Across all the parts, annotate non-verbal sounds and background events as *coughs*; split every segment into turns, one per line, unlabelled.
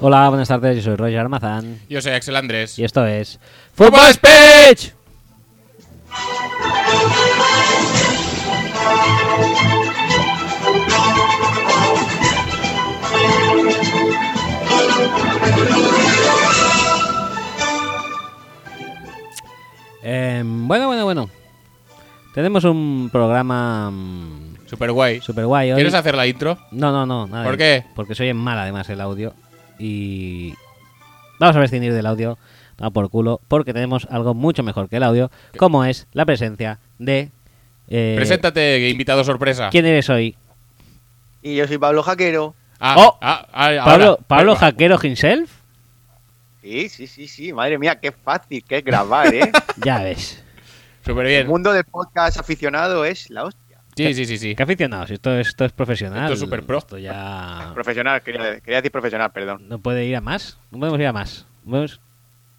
Hola, buenas tardes, yo soy Roger Armazán
Yo soy Axel Andrés.
y esto es
¡Fútbol Speech!
Eh, bueno, bueno, bueno. Tenemos un programa mm,
Super guay.
super guay hoy.
¿Quieres hacer la intro?
No, no, no. nada.
¿Por qué?
Porque soy en mal, además, el audio. Y. Vamos a prescindir del audio. Va por culo. Porque tenemos algo mucho mejor que el audio. Como es la presencia de. eh,
Preséntate, invitado sorpresa.
¿Quién eres hoy?
Y yo soy Pablo Jaquero.
Ah,
Oh.
ah, ah, ahora.
¿Pablo, Pablo
Ahora.
Jaquero himself?
Sí, sí, sí, sí. Madre mía, qué fácil que es grabar, *laughs* ¿eh?
Ya ves.
Súper
El
bien.
mundo del podcast aficionado es la hostia.
Sí, sí, sí, sí.
Qué aficionados. Esto, esto es profesional.
Esto es super pro.
Esto ya.
Profesional, quería, quería decir profesional, perdón.
No puede ir a más. No podemos ir a más. Vamos-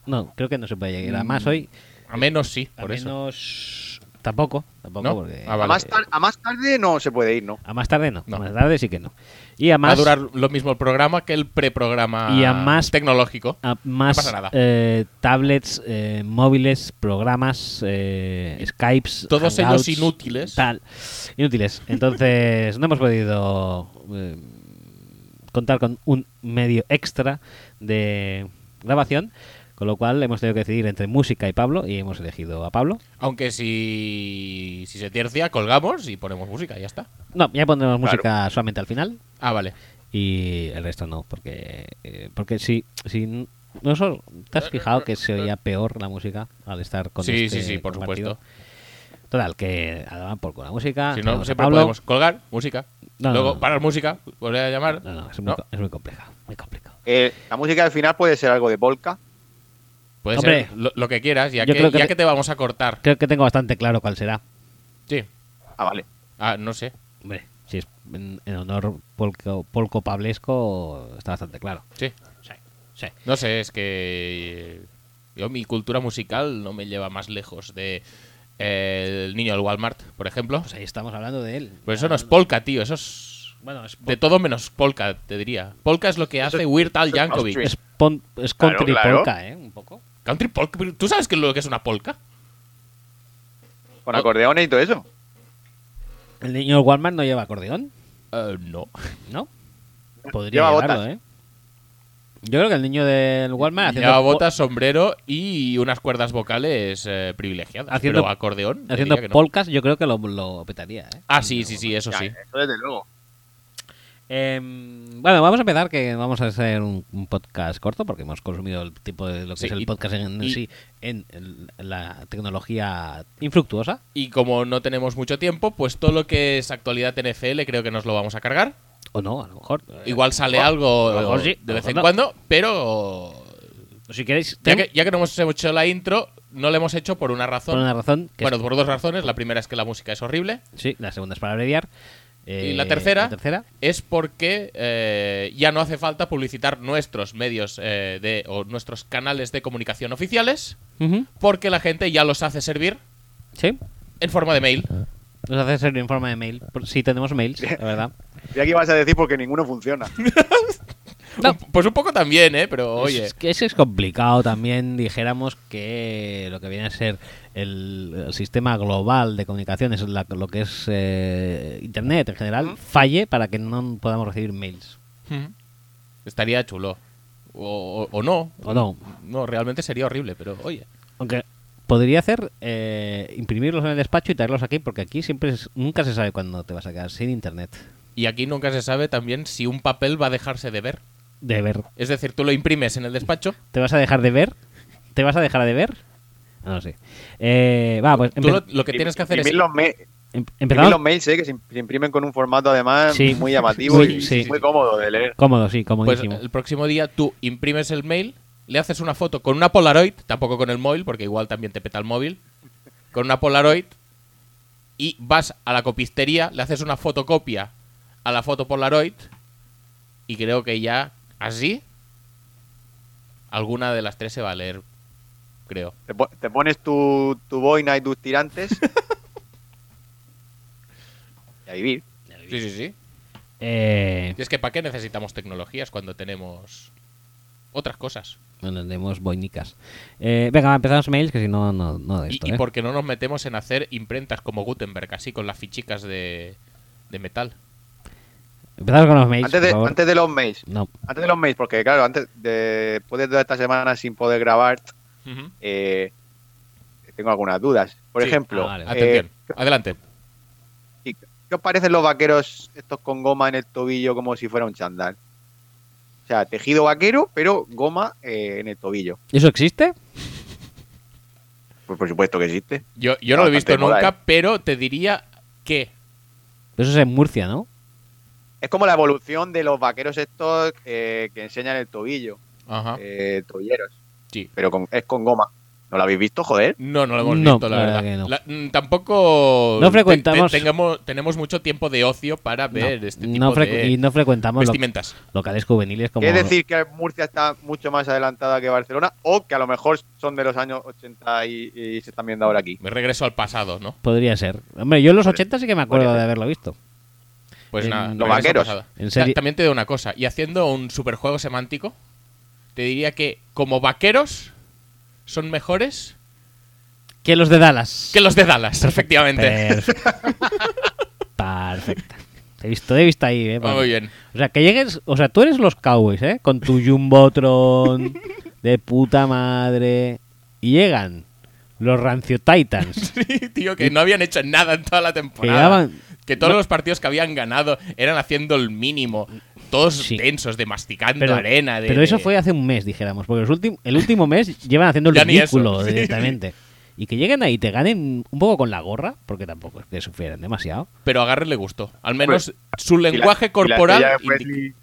No, creo que no se puede ir a más hoy.
A menos sí,
A
Mm, por eso.
menos. Tampoco. Tampoco.
¿No?
Porque...
Ah, vale.
A, más tar- a más tarde no se puede ir, ¿no?
A más tarde no.
No.
A más tarde sí que no. Y a más.
Va a durar lo mismo el programa que el preprograma
Y a más-
tecnológico.
a más
no pasa nada.
eh, tablets, eh, móviles, programas, eh, Skypes.
Todos
Hangouts,
ellos inútiles.
Tal. Inútiles. Entonces, no hemos podido eh, contar con un medio extra de grabación. Con lo cual hemos tenido que decidir entre música y Pablo y hemos elegido a Pablo.
Aunque si, si se tercia, colgamos y ponemos música, ya está.
No, ya pondremos
Claro.
música solamente al final.
Ah, vale.
y el resto no, porque eh, porque si si n- no so- te has fijado que se oía peor la música al estar con
Eh, Sí,
este
sí, sí, por
compartido?
supuesto.
Total, que además por con la música.
Si no,
tenemos a
siempre
Ah, Pablo.
podemos colgar música.
No, no,
Luego
no.
parar música, volver a llamar.
No, no, es muy,
No,
co- es muy compleja, muy complicado.
Eh, la música al final puede ser algo de polka.
Puede
Hombre,
ser lo, lo que quieras, ya,
yo
que,
creo que
ya
te-
que te vamos a cortar.
Creo que tengo bastante claro cuál será.
Sí.
Ah, vale.
Ah, no sé.
Hombre, si es en, en honor polco, polco pablesco está bastante claro.
Sí.
Sí, sí.
No sé, es que eh, yo mi cultura musical no me lleva más lejos de eh, el niño del Walmart, por ejemplo.
Pues ahí estamos hablando de él.
Pues eso no es polka, tío, eso es
Bueno, es, pon-
de todo menos polka, te diría. Polka es lo que hace Weird Al
eso es
Yankovic.
country.
es pon- es
Claro,
country
claro.
polka, ¿eh? Un poco.
Country polka, pero ¿tú sabes qué es lo que es una polka?
Con acordeones y todo eso.
El niño Walmart no lleva acordeón.
Eh, no.
¿No? Podría
Lleva
llevarlo,
botas.
¿eh? Yo creo que el niño del Walmart haciendo,
Lleva
po-
botas, sombrero y unas cuerdas vocales eh, privilegiadas.
Haciendo-
pero acordeón. te
haciendo
diría que no.
polcas, yo creo que lo, lo petaría, ¿eh?
Ah, sí, sí, sí, eso
Ya,
sí.
Eso desde luego.
Em, bueno, vamos a empezar que vamos a hacer un, un podcast corto porque hemos consumido el tipo de lo que
Sí,
es el
y-
podcast en,
y-
sí en el- la tecnología infructuosa.
Y como no tenemos mucho tiempo, pues todo lo que es actualidad NFL creo que nos lo vamos a cargar.
O no, a lo mejor. Eh,
Igual sale
a lo
algo
mejor sí, a
de
lo
vez
mejor
en
no.
cuando, pero
Si queréis,
ya
tengo-
que, ya que no hemos hecho la intro, no la hemos hecho por una razón.
por una razón. Que es-
bueno, por dos razones. La primera es que la música es horrible.
sí, la segunda es para abreviar.
y
eh,
la tercera,
La tercera.
es porque eh, ya no hace falta publicitar nuestros medios eh, de, o nuestros canales de comunicación oficiales,
Ujú,
porque la gente ya los hace servir
Sí.
en forma de mail.
Nos hace ser en forma de mail. por- Si tenemos mails, la verdad.
Y aquí vas a decir porque
*laughs*
ninguno funciona.
No.
Un- pues un poco también, ¿eh? Pero
Es-
oye.
Es que eso es complicado también, dijéramos que lo que viene a ser el, el sistema global de comunicaciones, la- lo que es eh, Internet en general, falle para que no podamos recibir mails.
Mm. Estaría chulo. O, o- o no.
O no.
No, realmente sería horrible, pero oye.
Aunque podría hacer eh, imprimirlos en el despacho y traerlos aquí, porque aquí siempre es- nunca se sabe cuándo te vas a quedar sin Internet.
Y aquí nunca se sabe también si un papel va a dejarse de ver.
De ver.
Es decir, tú lo imprimes en el despacho,
¿Te vas a dejar de ver? ¿Te vas a dejar de ver? No lo sé. Eh, va, pues
tú lo,
empe-
lo que tienes que hacer es...
Imprimir los, ma-
em-
imprimir
empezamos.
los mails, ¿eh? Que se im- se imprimen con un formato además
Sí.
muy llamativo
Muy-
y
sí.
muy cómodo de leer.
Cómodo, sí,
Pues
comodísimo.
el próximo día tú imprimes el mail, le haces una foto con una Polaroid, tampoco con el móvil, porque igual también te peta el móvil, con una Polaroid y vas a la copistería, le haces una fotocopia a la foto Polaroid y creo que ya así alguna de las tres se va a leer, creo.
Te, po- te pones tu, tu boina y
*laughs*
tus tirantes. y a vivir.
Sí, sí, sí.
Eh,
Y es que ¿para qué necesitamos tecnologías cuando tenemos otras cosas.
No nos demos boinicas. Eh, venga, va, empezamos mails, que si no, no, no de
Y-
esto.
y,
¿eh?
porque no nos metemos en hacer imprentas como Gutenberg, así con las fichicas de, de metal.
Empezamos con los mails.
Antes
por
de,
favor.
antes de los mails,
No,
antes de los mails, porque claro, antes de, después de toda esta semana sin poder grabar,
Ujú.
eh, tengo algunas dudas. Por
Sí.
ejemplo,
Ah, vale.
eh,
Atención, adelante.
¿qué os parecen los vaqueros estos con goma en el tobillo como si fuera un chandal? O sea, tejido vaquero, pero goma eh, en el tobillo.
¿Eso existe?
Pues por supuesto que existe.
Yo, yo no lo he visto
Bastante moda,
¿eh?
nunca, pero te diría que
Eso es en Murcia, ¿no?
Es como la evolución de los vaqueros estos eh, que enseñan el tobillo,
Ajá.
eh, tobilleros,
Sí.
pero con- es con goma. ¿No lo habéis visto, joder?
No, no lo hemos
No,
visto, la,
la
verdad.
verdad que no.
La- mm, tampoco
No
te- te-
frecuentamos-
tengamos- tenemos mucho tiempo de ocio para ver
No.
este tipo
No frecu-
de
Y no frecuentamos lo-
vestimentas.
locales juveniles como...
¿Quiere decir que Murcia está mucho más adelantada que Barcelona o que a lo mejor son de los años 80 y, y se están viendo ahora aquí?
Me regreso al pasado, ¿no?
Podría ser. Hombre, yo en los 80 sí que me acuerdo
Podría
de
ser.
haberlo visto.
Pues
En-
nada,
Los
regreso al
vaqueros.
pasado.
En serie-
Ta- También te digo una cosa, y haciendo un superjuego semántico, te diría que como vaqueros son mejores
Que los de Dallas.
que los de Dallas, efectivamente. *laughs*
Perfecto. Te he visto, te he visto ahí, eh. Pablo.
Ah, *laughs* Muy bien.
O sea, que llegues, o sea, tú eres los Cowboys, ¿eh? Con tu Jumbotron de puta madre. Y llegan los Rancio Titans.
Sí, tío, que no habían hecho Pues nada en toda la temporada.
daban-
Que todos
no-
los partidos que habían ganado eran haciendo el mínimo. Todos
Sí.
tensos, de masticando
Pero,
arena. de-
pero eso
de-
fue hace un mes, dijéramos. Porque los últim- el último
*laughs*
mes llevan haciendo el
Ya ni eso,
ridículo
sí.
directamente. Y que lleguen ahí y te ganen un poco con la gorra, porque tampoco es que sufrieran demasiado.
Pero a Garrett le gustó. Al menos su
Y la-
lenguaje
y la
corporal.
estrella
indica-
Wesley-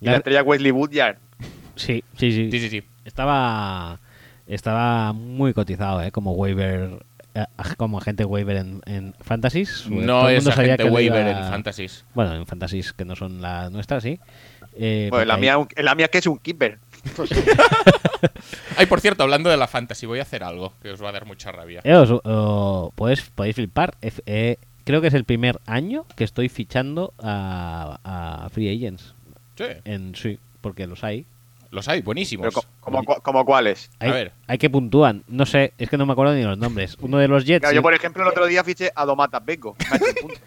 y
La-
la estrella Wesley Woodyard.
Sí, sí, sí.
Sí, sí, sí.
Estaba estaba muy cotizado, ¿eh? Como waiver, eh, como agente waiver en, en fantasies.
No es agente
lo
waiver
iba-
en fantasies.
Bueno, en fantasies que no son las nuestras, sí. Eh,
Bueno,
porque
la
ahí-
mía, la mía es que es un keeper.
Ay, por cierto, hablando de la fantasy, voy a hacer algo que os va a dar mucha rabia.
Eh, os- o- pues, podéis flipar. F- eh, creo que es el primer año que estoy fichando a, a free agents.
Sí,
En, sí, porque los hay.
los hay, buenísimos.
Pero co- como, cua- como cuáles.
A
Hay,
ver.
hay que puntúan. No sé, es que no me acuerdo ni los nombres. Uno de los Jets.
Claro,
y-
yo, por ejemplo, el otro día fiché a Domata Beco. Me ha hecho un punto.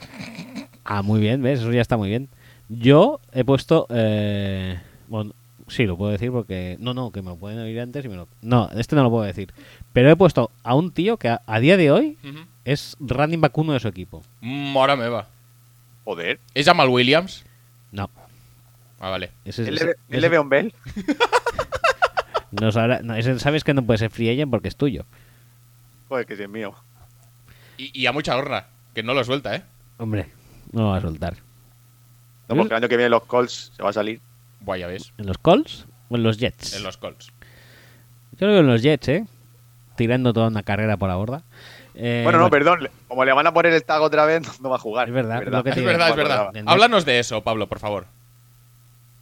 Ah, muy bien, ¿ves? Eso ya está muy bien. Yo he puesto. eh, bueno, sí, lo puedo decir porque. No, no, que me lo pueden oír antes y me lo. No, este no lo puedo decir. Pero he puesto a un tío que a, a día de hoy
Ujú.
es running back uno de su equipo.
Mm, ahora me va.
Joder.
¿Es Jamal Williams?
No.
Ah, vale.
Ese,
El
ese-
Leve- el
ese-
Le'Veon Bell.
no, sabrá- no, ese sabes que no puede ser free agent porque es tuyo.
Joder, que sí es mío.
Y, y a mucha honra, que no lo suelta, ¿eh?
Hombre, no lo va a soltar.
No, porque el año que viene los Colts se va a salir.
Buah, ya ves.
¿En los Colts o en los Jets?
En los Colts.
Yo lo veo en los Jets, ¿eh? Tirando toda una carrera por la borda. Eh,
bueno, no, perdón. le- Como le van a poner el tag otra vez, *laughs* no va a jugar.
Es verdad, lo que
Es
Sí,
verdad, es
me
verdad.
acordaba. En-
Háblanos de eso, Pablo, por favor.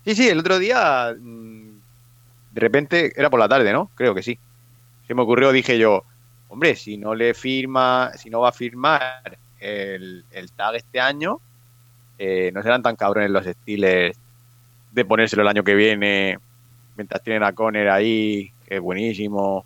Sí, sí, el otro día. mm, De repente, era por la tarde, ¿no? Creo que sí. Se me ocurrió, dije yo, hombre, si no le firma, si no va a firmar el, el tag este año, eh, no serán tan cabrones los Steelers de ponérselo el año que viene, mientras tienen a Conner ahí, que es buenísimo,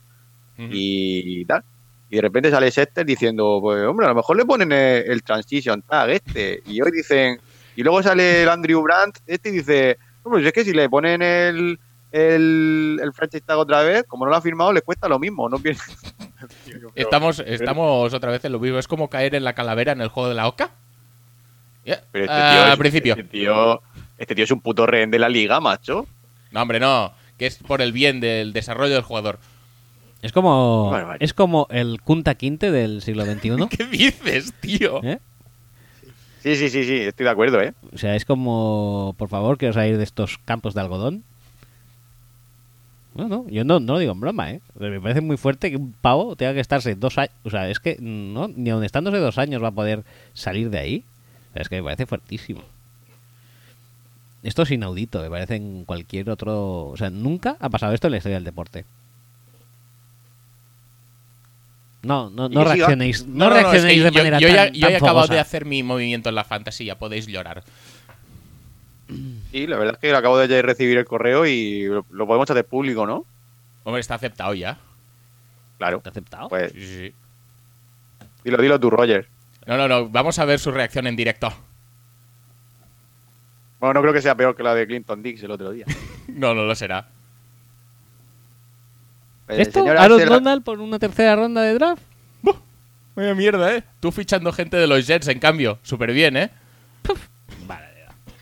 Ujú.
y tal. Y de repente sale Sester diciendo, pues hombre, a lo mejor le ponen el, el transition tag este. Y hoy dicen, y luego sale el Andrew Brandt este y dice, hombre, si es que si le ponen el, el, el franchise tag otra vez, como no lo ha firmado, les cuesta lo mismo, no pierden.
Estamos, estamos otra vez en lo mismo. Es como caer en la calavera en el juego de la OCA. Ya.
Pero este
Ah,
tío es-
al principio.
Este tío, este tío es un puto rehén de la liga, macho.
No, hombre, no. Que es por el bien del desarrollo del jugador. *laughs*
Es como,
Vale, vale.
es como el Kunta Quinte del siglo
*laughs*
XXI.
¿Qué dices, tío?
¿eh?
Sí, sí, sí, sí, estoy de acuerdo, ¿eh?
O sea, es como, por favor, quiero salir de estos campos de algodón. No, no, yo no, no lo digo en broma, ¿eh? Pero me parece muy fuerte que un pavo tenga que estarse dos años. O sea, es que no, ni aun estándose dos años va a poder salir de ahí. O sea, es que me parece fuertísimo. Esto es inaudito, me parece en cualquier otro. O sea, nunca ha pasado esto en la historia del deporte. No, no,
Y
no
que siga.
reaccionéis, no,
es que
reaccionéis de
yo-
manera
yo, ya-
tan,
yo
tan
ya he acabado
fogosa.
de hacer mi movimiento en la fantasía, podéis llorar.
Sí, la verdad es que lo acabo de ya recibir el correo y lo, lo podemos hacer público, ¿no?
Hombre, está aceptado ya.
Claro.
¿Te ha aceptado?
Pues
Sí, sí, sí.
dilo, dilo tú, Roger.
No, no, no. Vamos a ver su reacción en directo.
Bueno, no creo que sea peor que la de Clinton Dix el
*laughs*
otro día.
No, no lo será.
Eh,
¿Esto?
señora
¿Aaron
Estela-
Donald por una tercera ronda de draft?
Vaya mierda, ¿eh? Tú fichando gente de los Jets, en cambio. Súper bien, ¿eh?
Vale,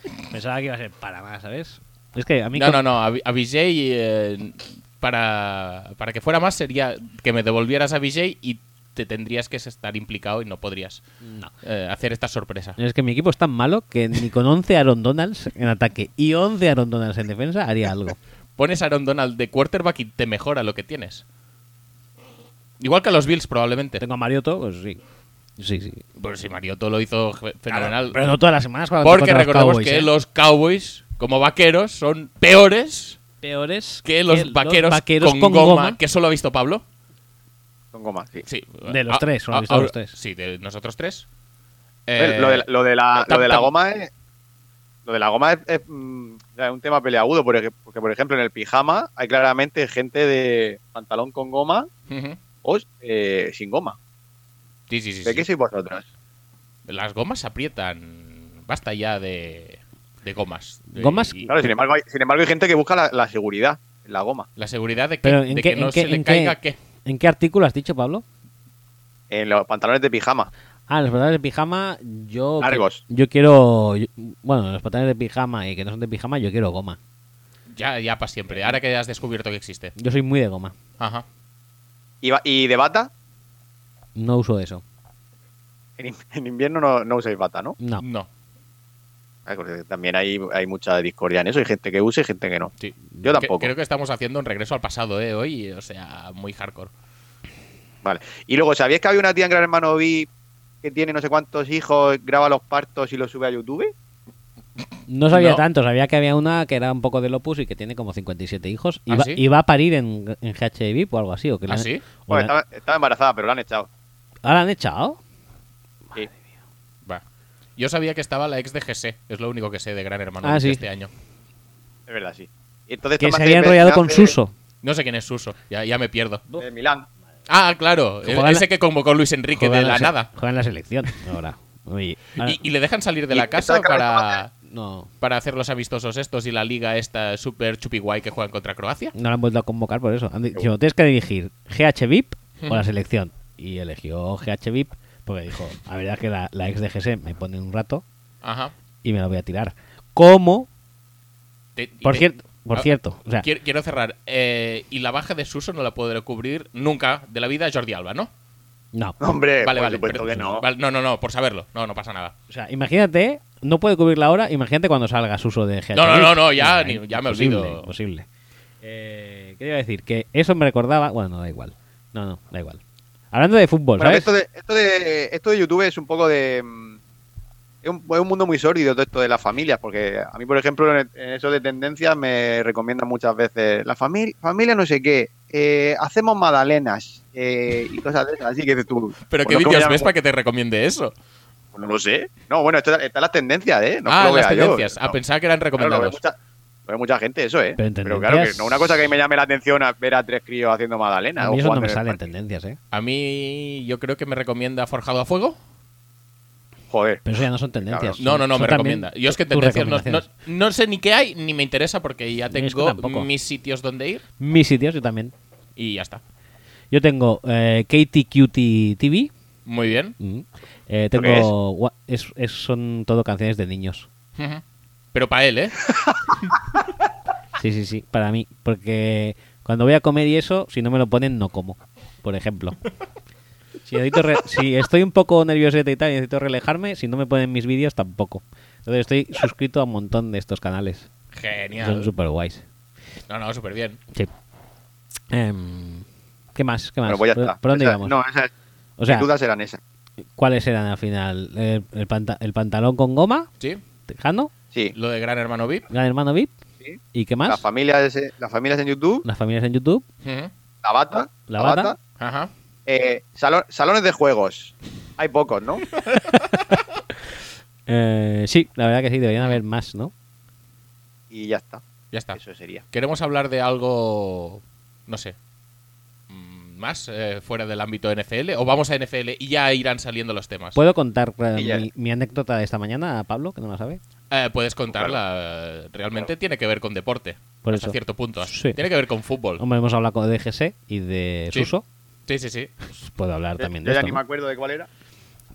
ya. Pensaba que iba a ser para más, ¿sabes? Es que a mí.
No,
con-
no, no. A, a Vijay, eh, para, para que fuera más, sería que me devolvieras a Vijay y te tendrías que estar implicado y no podrías
No.
eh, hacer esta sorpresa.
Es que mi equipo es tan malo que ni con 11 Aaron Donalds en ataque y 11 Aaron Donalds en defensa haría algo.
Pones a Aaron Donald de quarterback y te mejora lo que tienes. Igual que a los Bills, probablemente.
Tengo a Mariotto, pues sí. Sí, sí.
Pues si Mariotto lo hizo fe- fenomenal.
Pero no todas las semanas cuando te
Porque
contra los
recordamos
Cowboys,
que
¿eh?
los Cowboys, como vaqueros, son peores
¿eh? peores
que los, vaqueros, con, goma, que solo ha visto Pablo.
Con goma, sí.
Sí. Ah,
De los tres, solo ha visto los tres.
Sí, de nosotros tres.
Eh,
Eh,
lo, de la, lo de la-
tam-
lo de la
tam-
goma es. Lo de la goma es, es, mm, ya, un tema peleagudo, porque, porque, por ejemplo en el pijama hay claramente gente de pantalón con goma
Ujú.
o eh, sin goma.
Sí, sí, sí.
¿De
sí.
qué sois vosotros?
Las gomas se aprietan. Basta ya de, de gomas. Eh,
Gomas-
y
Claro, sin embargo, hay, sin embargo hay gente que busca la, la seguridad en la goma.
La seguridad de que,
Pero ¿en
de
qué-
que
en
no
qué-
se le
en qué-
caiga qué.
¿En qué artículo has dicho, Pablo?
En los pantalones de pijama.
Ah, los pantalones de pijama, yo.
Largos.
Yo quiero. yo- bueno, los pantalones de pijama y que no son de pijama, yo quiero goma.
Ya, ya para siempre. Ahora que has descubierto que existe.
Yo soy muy de goma.
Ajá.
¿Y, ba- y de bata?
No uso eso.
En, *laughs* in- en invierno no, no usáis bata, ¿no?
No.
No.
Ah, porque También hay, hay mucha discordia en eso. Hay gente que usa y gente que no.
Sí.
Yo tampoco.
Creo que estamos haciendo un regreso al pasado, ¿eh? Hoy, o sea, muy hardcore.
Vale. Y luego, ¿sabías que había una tía en Gran Hermano VIP que tiene no sé cuántos hijos, graba los partos y los sube a YouTube?
No sabía
No.
tanto, sabía que había una que era un poco de Lopus y que tiene como 57 hijos. Y,
¿Ah,
va,
sí?
y va a parir en, en GHB o algo así. O que le
¿Ah,
han-
sí?
o
Bueno,
le-
estaba, estaba embarazada, pero la han echado.
¿Ah, la han echado?
Sí.
Va. Yo sabía que estaba la ex de GC. Es lo único que sé de Gran Hermano
Ah,
de
sí.
este año.
Es verdad, sí. Y entonces
Que
esto
se
me
había
hace-
enrollado
me
con
hace-
Suso.
No sé quién es Suso. Ya, ya me pierdo.
De Milán. *laughs*
Ah, claro.
Juega
Ese
la-
que convocó Luis Enrique
Juega
de
en
la
se-
nada.
Juega en la selección. Ahora. Oye, ahora-
Y, y le dejan salir de
Y
la
está
casa
acabando
para,
no,
para hacer los amistosos estos y la liga esta super chupi guay que juegan contra Croacia.
no la han vuelto a convocar por eso. Han dicho, tienes que dirigir GHVIP o la selección. Y eligió GHVIP porque dijo, la verdad es que la, la ex de GC me pone un rato
Ajá.
y me la voy a tirar. ¿Cómo?
Te- y
Por
te-
cierto, por
Ah,
cierto, o sea,
Quiero, quiero cerrar. Eh, y la baja de Suso no la podré cubrir nunca de la vida Jordi Alba, ¿no?
no.
Hombre,
Vale,
Eh, por
vale.
supuesto
perdón.
que no.
Vale, no, no, no, por saberlo. No, no pasa nada.
O sea, imagínate, no puede cubrir la hora, imagínate cuando salga uso de GHB.
No, no, no, no, ya,
Mira,
ni- ya me
imposible,
olvido.
Imposible. Eh, ¿Qué te iba a decir? Que eso me recordaba. Bueno, no, da igual. No, no, da igual. Hablando de fútbol,
Bueno, que
¿sabes?
esto de, esto, de, esto de YouTube es un poco de. mm, Es un, es un mundo muy sórdido todo esto de las familias, porque a mí, por ejemplo, en, en eso de tendencias me recomiendan muchas veces la familia, familia no sé qué, eh, hacemos magdalenas eh, y cosas de esas. Así que dices tú.
Pero
pues
¿qué
no, ¿cómo
vídeos
ya-
ves para que te recomiende eso?
Pues No lo sé. No, bueno, esto- están las tendencias, ¿eh? No es que
ah,
lo
las
vea yo.
tendencias.
No,
Ah, pensaba que eran
claro, lo, ve
recomendados.
mucha, lo ve mucha gente eso, ¿eh?
Pero en
Pero claro, que
tendencias-
no una cosa que me llame la atención a ver a tres críos haciendo magdalena.
a
o
mí eso no
jugando
me
en el
sale en
parque.
tendencias, ¿eh?
A mí yo creo que me recomienda Forjado a Fuego.
Joder.
Pero eso ya no son tendencias.
No, no, no,
son
me
también
recomienda. Yo es que
tus
tendencias no, no,
recomendaciones.
no sé ni qué hay ni me interesa porque ya
Es que
tengo
tampoco.
mis sitios donde ir
Mis sitios, yo también.
y ya está.
Yo tengo eh, Katie Cutie TV.
Muy bien.
Mm. Eh,
¿Esto qué es?
tengo. gua- es- es- son todo canciones de niños.
Ujú. Pero para él, ¿eh?
Sí, sí, sí, para mí. Porque cuando voy a comer y eso, si no me lo ponen, no como. Por
*laughs*
ejemplo. Si, necesito re- si estoy un poco nerviosete y tal y necesito relajarme, si no me ponen mis vídeos, tampoco. Entonces estoy suscrito a un montón de estos canales. Son
Genial.
súper guays.
No, no, súper bien.
Sí. Em, ¿Qué más? ¿Qué más?
Bueno, pues ya
¿Por,
está.
por dónde
Esa-
íbamos?
No, esas
o sea,
dudas eran esas.
¿cuáles eran al final? El, el panta- el pantalón con goma,
Sí.
tejano,
Sí.
Lo de Gran Hermano VIP.
gran hermano VIP.
Sí.
¿Y qué
Las
más?
familias, eh, las familias en YouTube,
Las familias en YouTube.
Ujú.
la bata,
La
la,
bata.
bata,
Ajá.
eh, salon- salones de juegos. Hay
*laughs*
pocos, ¿no?
Eh, sí, la verdad que sí, deberían haber más, ¿no?
y ya está.
Ya está.
Eso sería.
Queremos hablar de algo, no sé, mm, más eh, fuera del ámbito NFL o vamos a NFL y ya irán saliendo los temas.
¿Puedo contar eh,
Y ya.
mi, mi anécdota de esta mañana a Pablo, que no la sabe?
Eh, puedes contarla. eh, Realmente tiene que ver con deporte.
Por
hasta
eso.
cierto punto.
Sí.
Tiene que ver con fútbol.
Hombre, hemos hablado con- de GC y de
Sí.
Suso.
Sí, sí, sí.
Pues puedo hablar
Yo,
también
yo
de
ya
esto,
ni
¿no?
me acuerdo de cuál era.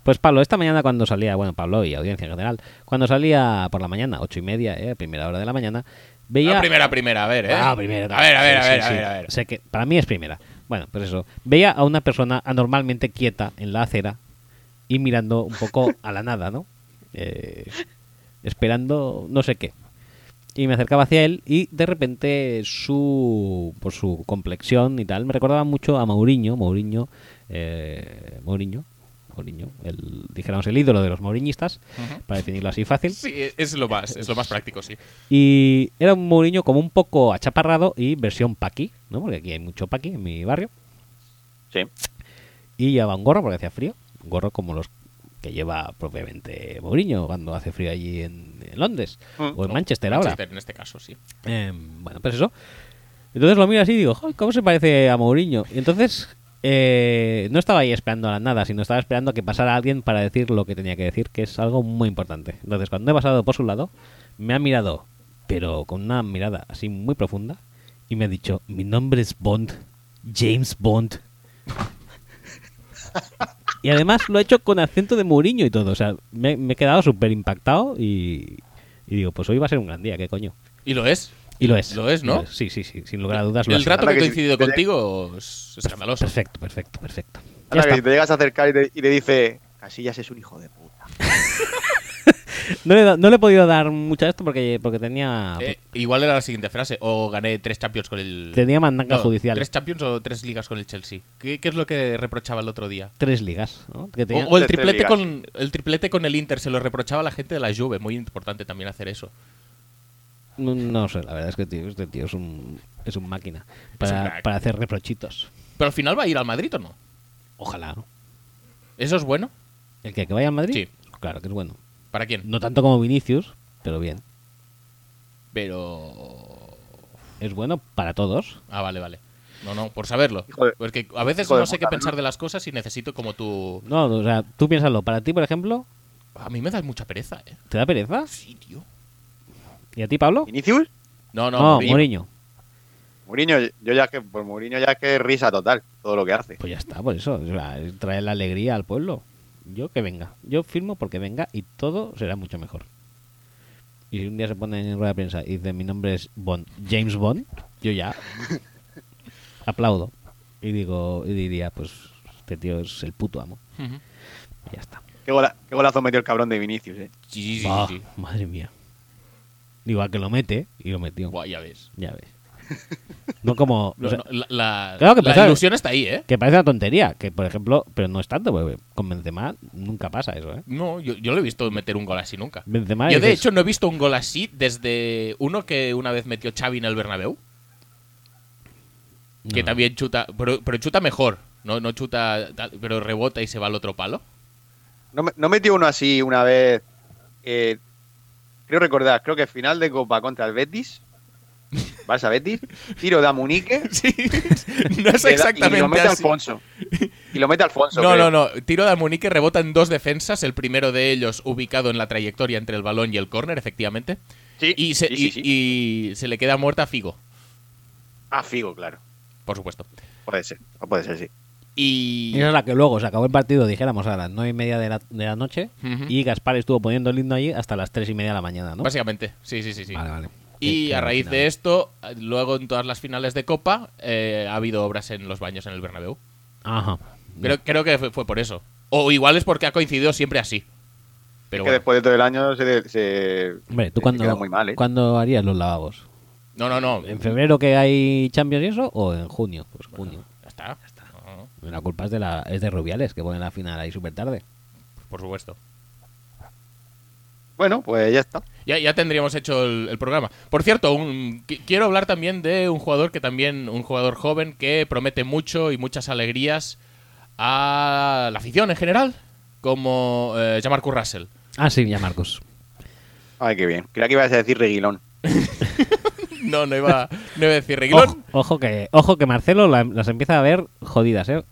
Pues Pablo, esta mañana cuando salía, bueno, Pablo y audiencia en general, cuando salía por la mañana, ocho y media, eh, primera hora de la mañana, veía...
La primera, primera, a ver, ¿eh?
Ah, primera.
A ver, a ver, a
Sí,
ver,
sí,
a
sí.
ver, a ver.
O sea que para mí es primera. Bueno, pues eso. Veía a una persona anormalmente quieta en la acera y mirando un
*laughs*
poco a la nada, ¿no? Eh, esperando no sé qué. Y me acercaba hacia él y de repente su por su complexión y tal me recordaba mucho a Mourinho, Mourinho, eh, Mourinho, Mourinho, el, dijéramos el ídolo de los mouriñistas,
Ujú.
para definirlo así fácil.
Sí, es lo más, es lo más práctico, sí.
Y era un Mourinho como un poco achaparrado y versión paqui, ¿no? Porque aquí hay mucho paqui en mi barrio.
Sí.
Y llevaba un gorro porque hacía frío. Un gorro como los que lleva propiamente Mourinho cuando hace frío allí en, en Londres.
Mm.
O en
No,
Manchester ahora.
Manchester en este caso, sí.
Eh, bueno, pues eso. Entonces lo miro así y digo, "Joder, ¿cómo se parece a Mourinho? Y entonces eh, no estaba ahí esperando a nada, sino estaba esperando a que pasara alguien para decir lo que tenía que decir, que es algo muy importante. Entonces cuando he pasado por su lado, me ha mirado, pero con una mirada así muy profunda, y me ha dicho, mi nombre es Bond, James Bond. *laughs* Y además lo ha hecho con acento de Mourinho y todo. O sea, me, me he quedado súper impactado y, y digo, pues hoy va a ser un gran día, ¿qué coño?
Y lo es.
Y lo es.
Lo es, ¿no?
Lo Sí, sí, sí, sin lugar a dudas. lo ha
El
sido.
rato
Ahora
que he
que sí,
coincidido
desde-
contigo es escandaloso.
Perfecto, perfecto, perfecto. Ya
Ahora que
está.
si te llegas a acercar y, te- y le dice, Casillas es un hijo de puta.
No, le, he da- no le he podido dar mucho a esto porque, porque tenía,
Eh, igual era la siguiente frase. O gané tres Champions con el...
tenía mandanga
No,
judicial.
¿Tres
Tres,
Champions o tres ligas con el Chelsea? ¿Qué, qué es lo que reprochaba el otro día?
ligas. ¿no? Que
O,
tenía-
o el,
Tres, tres
triplete
ligas.
con, el triplete con el Inter se lo reprochaba a la gente de la Juve. Muy importante también hacer eso.
no, no sé, la verdad es que tío, este tío es un, es un máquina para,
crack.
para hacer reprochitos.
Pero al final va a ir al Madrid o no.
Ojalá. ¿no?
¿Eso es bueno?
¿El que, que vaya a Madrid?
Sí.
Claro que es bueno.
¿Para quién?
No tanto como Vinicius, pero bien.
Pero...
Es bueno para todos.
Ah, vale, vale. No, no, por saberlo.
Hijo de-
Porque a veces
hijo de
no sé qué
puta, ¿no?
pensar de las cosas y necesito como tú...
No, o sea, tú piénsalo. Para ti, por ejemplo,
A mí me das mucha pereza, ¿eh?
¿te da pereza?
Ah,
Sí, tío.
¿Y a ti, Pablo?
¿Inicius?
No, no,
No,
Mourinho.
Mourinho.
Mourinho, yo ya que, por Mourinho ya que risa total, todo lo que hace.
Pues ya está, por eso. o sea, trae la alegría al pueblo. Yo que venga. Yo firmo porque venga y todo será mucho mejor. Y si un día se pone en rueda de prensa y dice mi nombre es Bond, James Bond, yo
*laughs*
ya aplaudo. Y digo, y diría, pues este tío es el puto amo.
Ujú.
Y ya está.
Qué, gola- qué golazo metió el cabrón de Vinicius, eh.
Sí, sí, sí,
Bah,
sí.
Madre mía. Igual que lo mete y lo metió.
Buah, ya ves.
Ya ves.
*laughs*
No como.
No,
o sea,
no, la la-
Claro que
la
pensar-
ilusión está ahí, ¿eh?
Que parece una tontería, que por ejemplo, pero no es tanto, porque con Benzema nunca pasa eso, ¿eh?
No, yo, yo lo he visto meter un gol así nunca.
Benzema
yo, de
dices-
hecho, no he visto un gol así desde uno que una vez metió Xavi en el Bernabéu, que
No.
también chuta, pero, pero chuta mejor, no, no chuta, tal, pero rebota y se va al otro palo. *laughs*
¿No, me- no metió uno así una vez? eh, creo recordar, creo que final de Copa contra el Betis. Barça Betis. Tiro de Amunique.
Sí, no *laughs* es
le da- Y lo
exactamente
mete
así.
Alfonso. Y lo mete Alfonso.
No,
creo.
no, no. Tiro de Almunique rebota en dos defensas. El primero de ellos ubicado en la trayectoria entre el balón y el córner, efectivamente.
Sí,
Y se,
sí, sí,
y-
sí.
y se le queda muerta a Figo,
Ah, Figo, claro.
por supuesto.
Puede ser. No puede ser, sí.
Y.
Y esa es la que luego se acabó el partido, dijéramos, a las nueve y media de la, de la noche.
Ujú.
Y Gaspar estuvo poniendo el himno allí hasta las tres y media de la mañana, ¿no?
Básicamente, sí, sí, sí. sí.
Vale, vale.
Y
Que-
a
que
raíz
al
de
final-
esto, luego en todas las finales de Copa, eh, ha habido obras en los baños en el Bernabéu.
Ajá.
Creo, creo que fue, fue por eso. O igual es porque ha coincidido siempre así. Pero
que
bueno.
después de todo el año se. de- se
Hombre,
se
¿tú cuándo,
queda muy mal, ¿eh?
cuándo harías los lavabos?
No, no, no.
¿En febrero que hay Champions y eso? ¿O en junio? Pues junio.
Ya está. No, no,
La culpa es de, la, es de Rubiales, que ponen la final ahí súper tarde.
por supuesto.
Bueno, pues ya está.
Ya, ya tendríamos hecho el, el programa. Por cierto, un- qui- quiero hablar también de un jugador que también, un jugador joven que promete mucho y muchas alegrías a la afición en general, como eh, Jamarcus Russell.
Ah, sí, ya Marcos.
Ay, qué bien. Creía que ibas a decir Reguilón.
No, no iba, no iba a *laughs* decir Reguilón.
Ojo, ojo que, ojo que Marcelo la- las empieza a ver jodidas, ¿eh?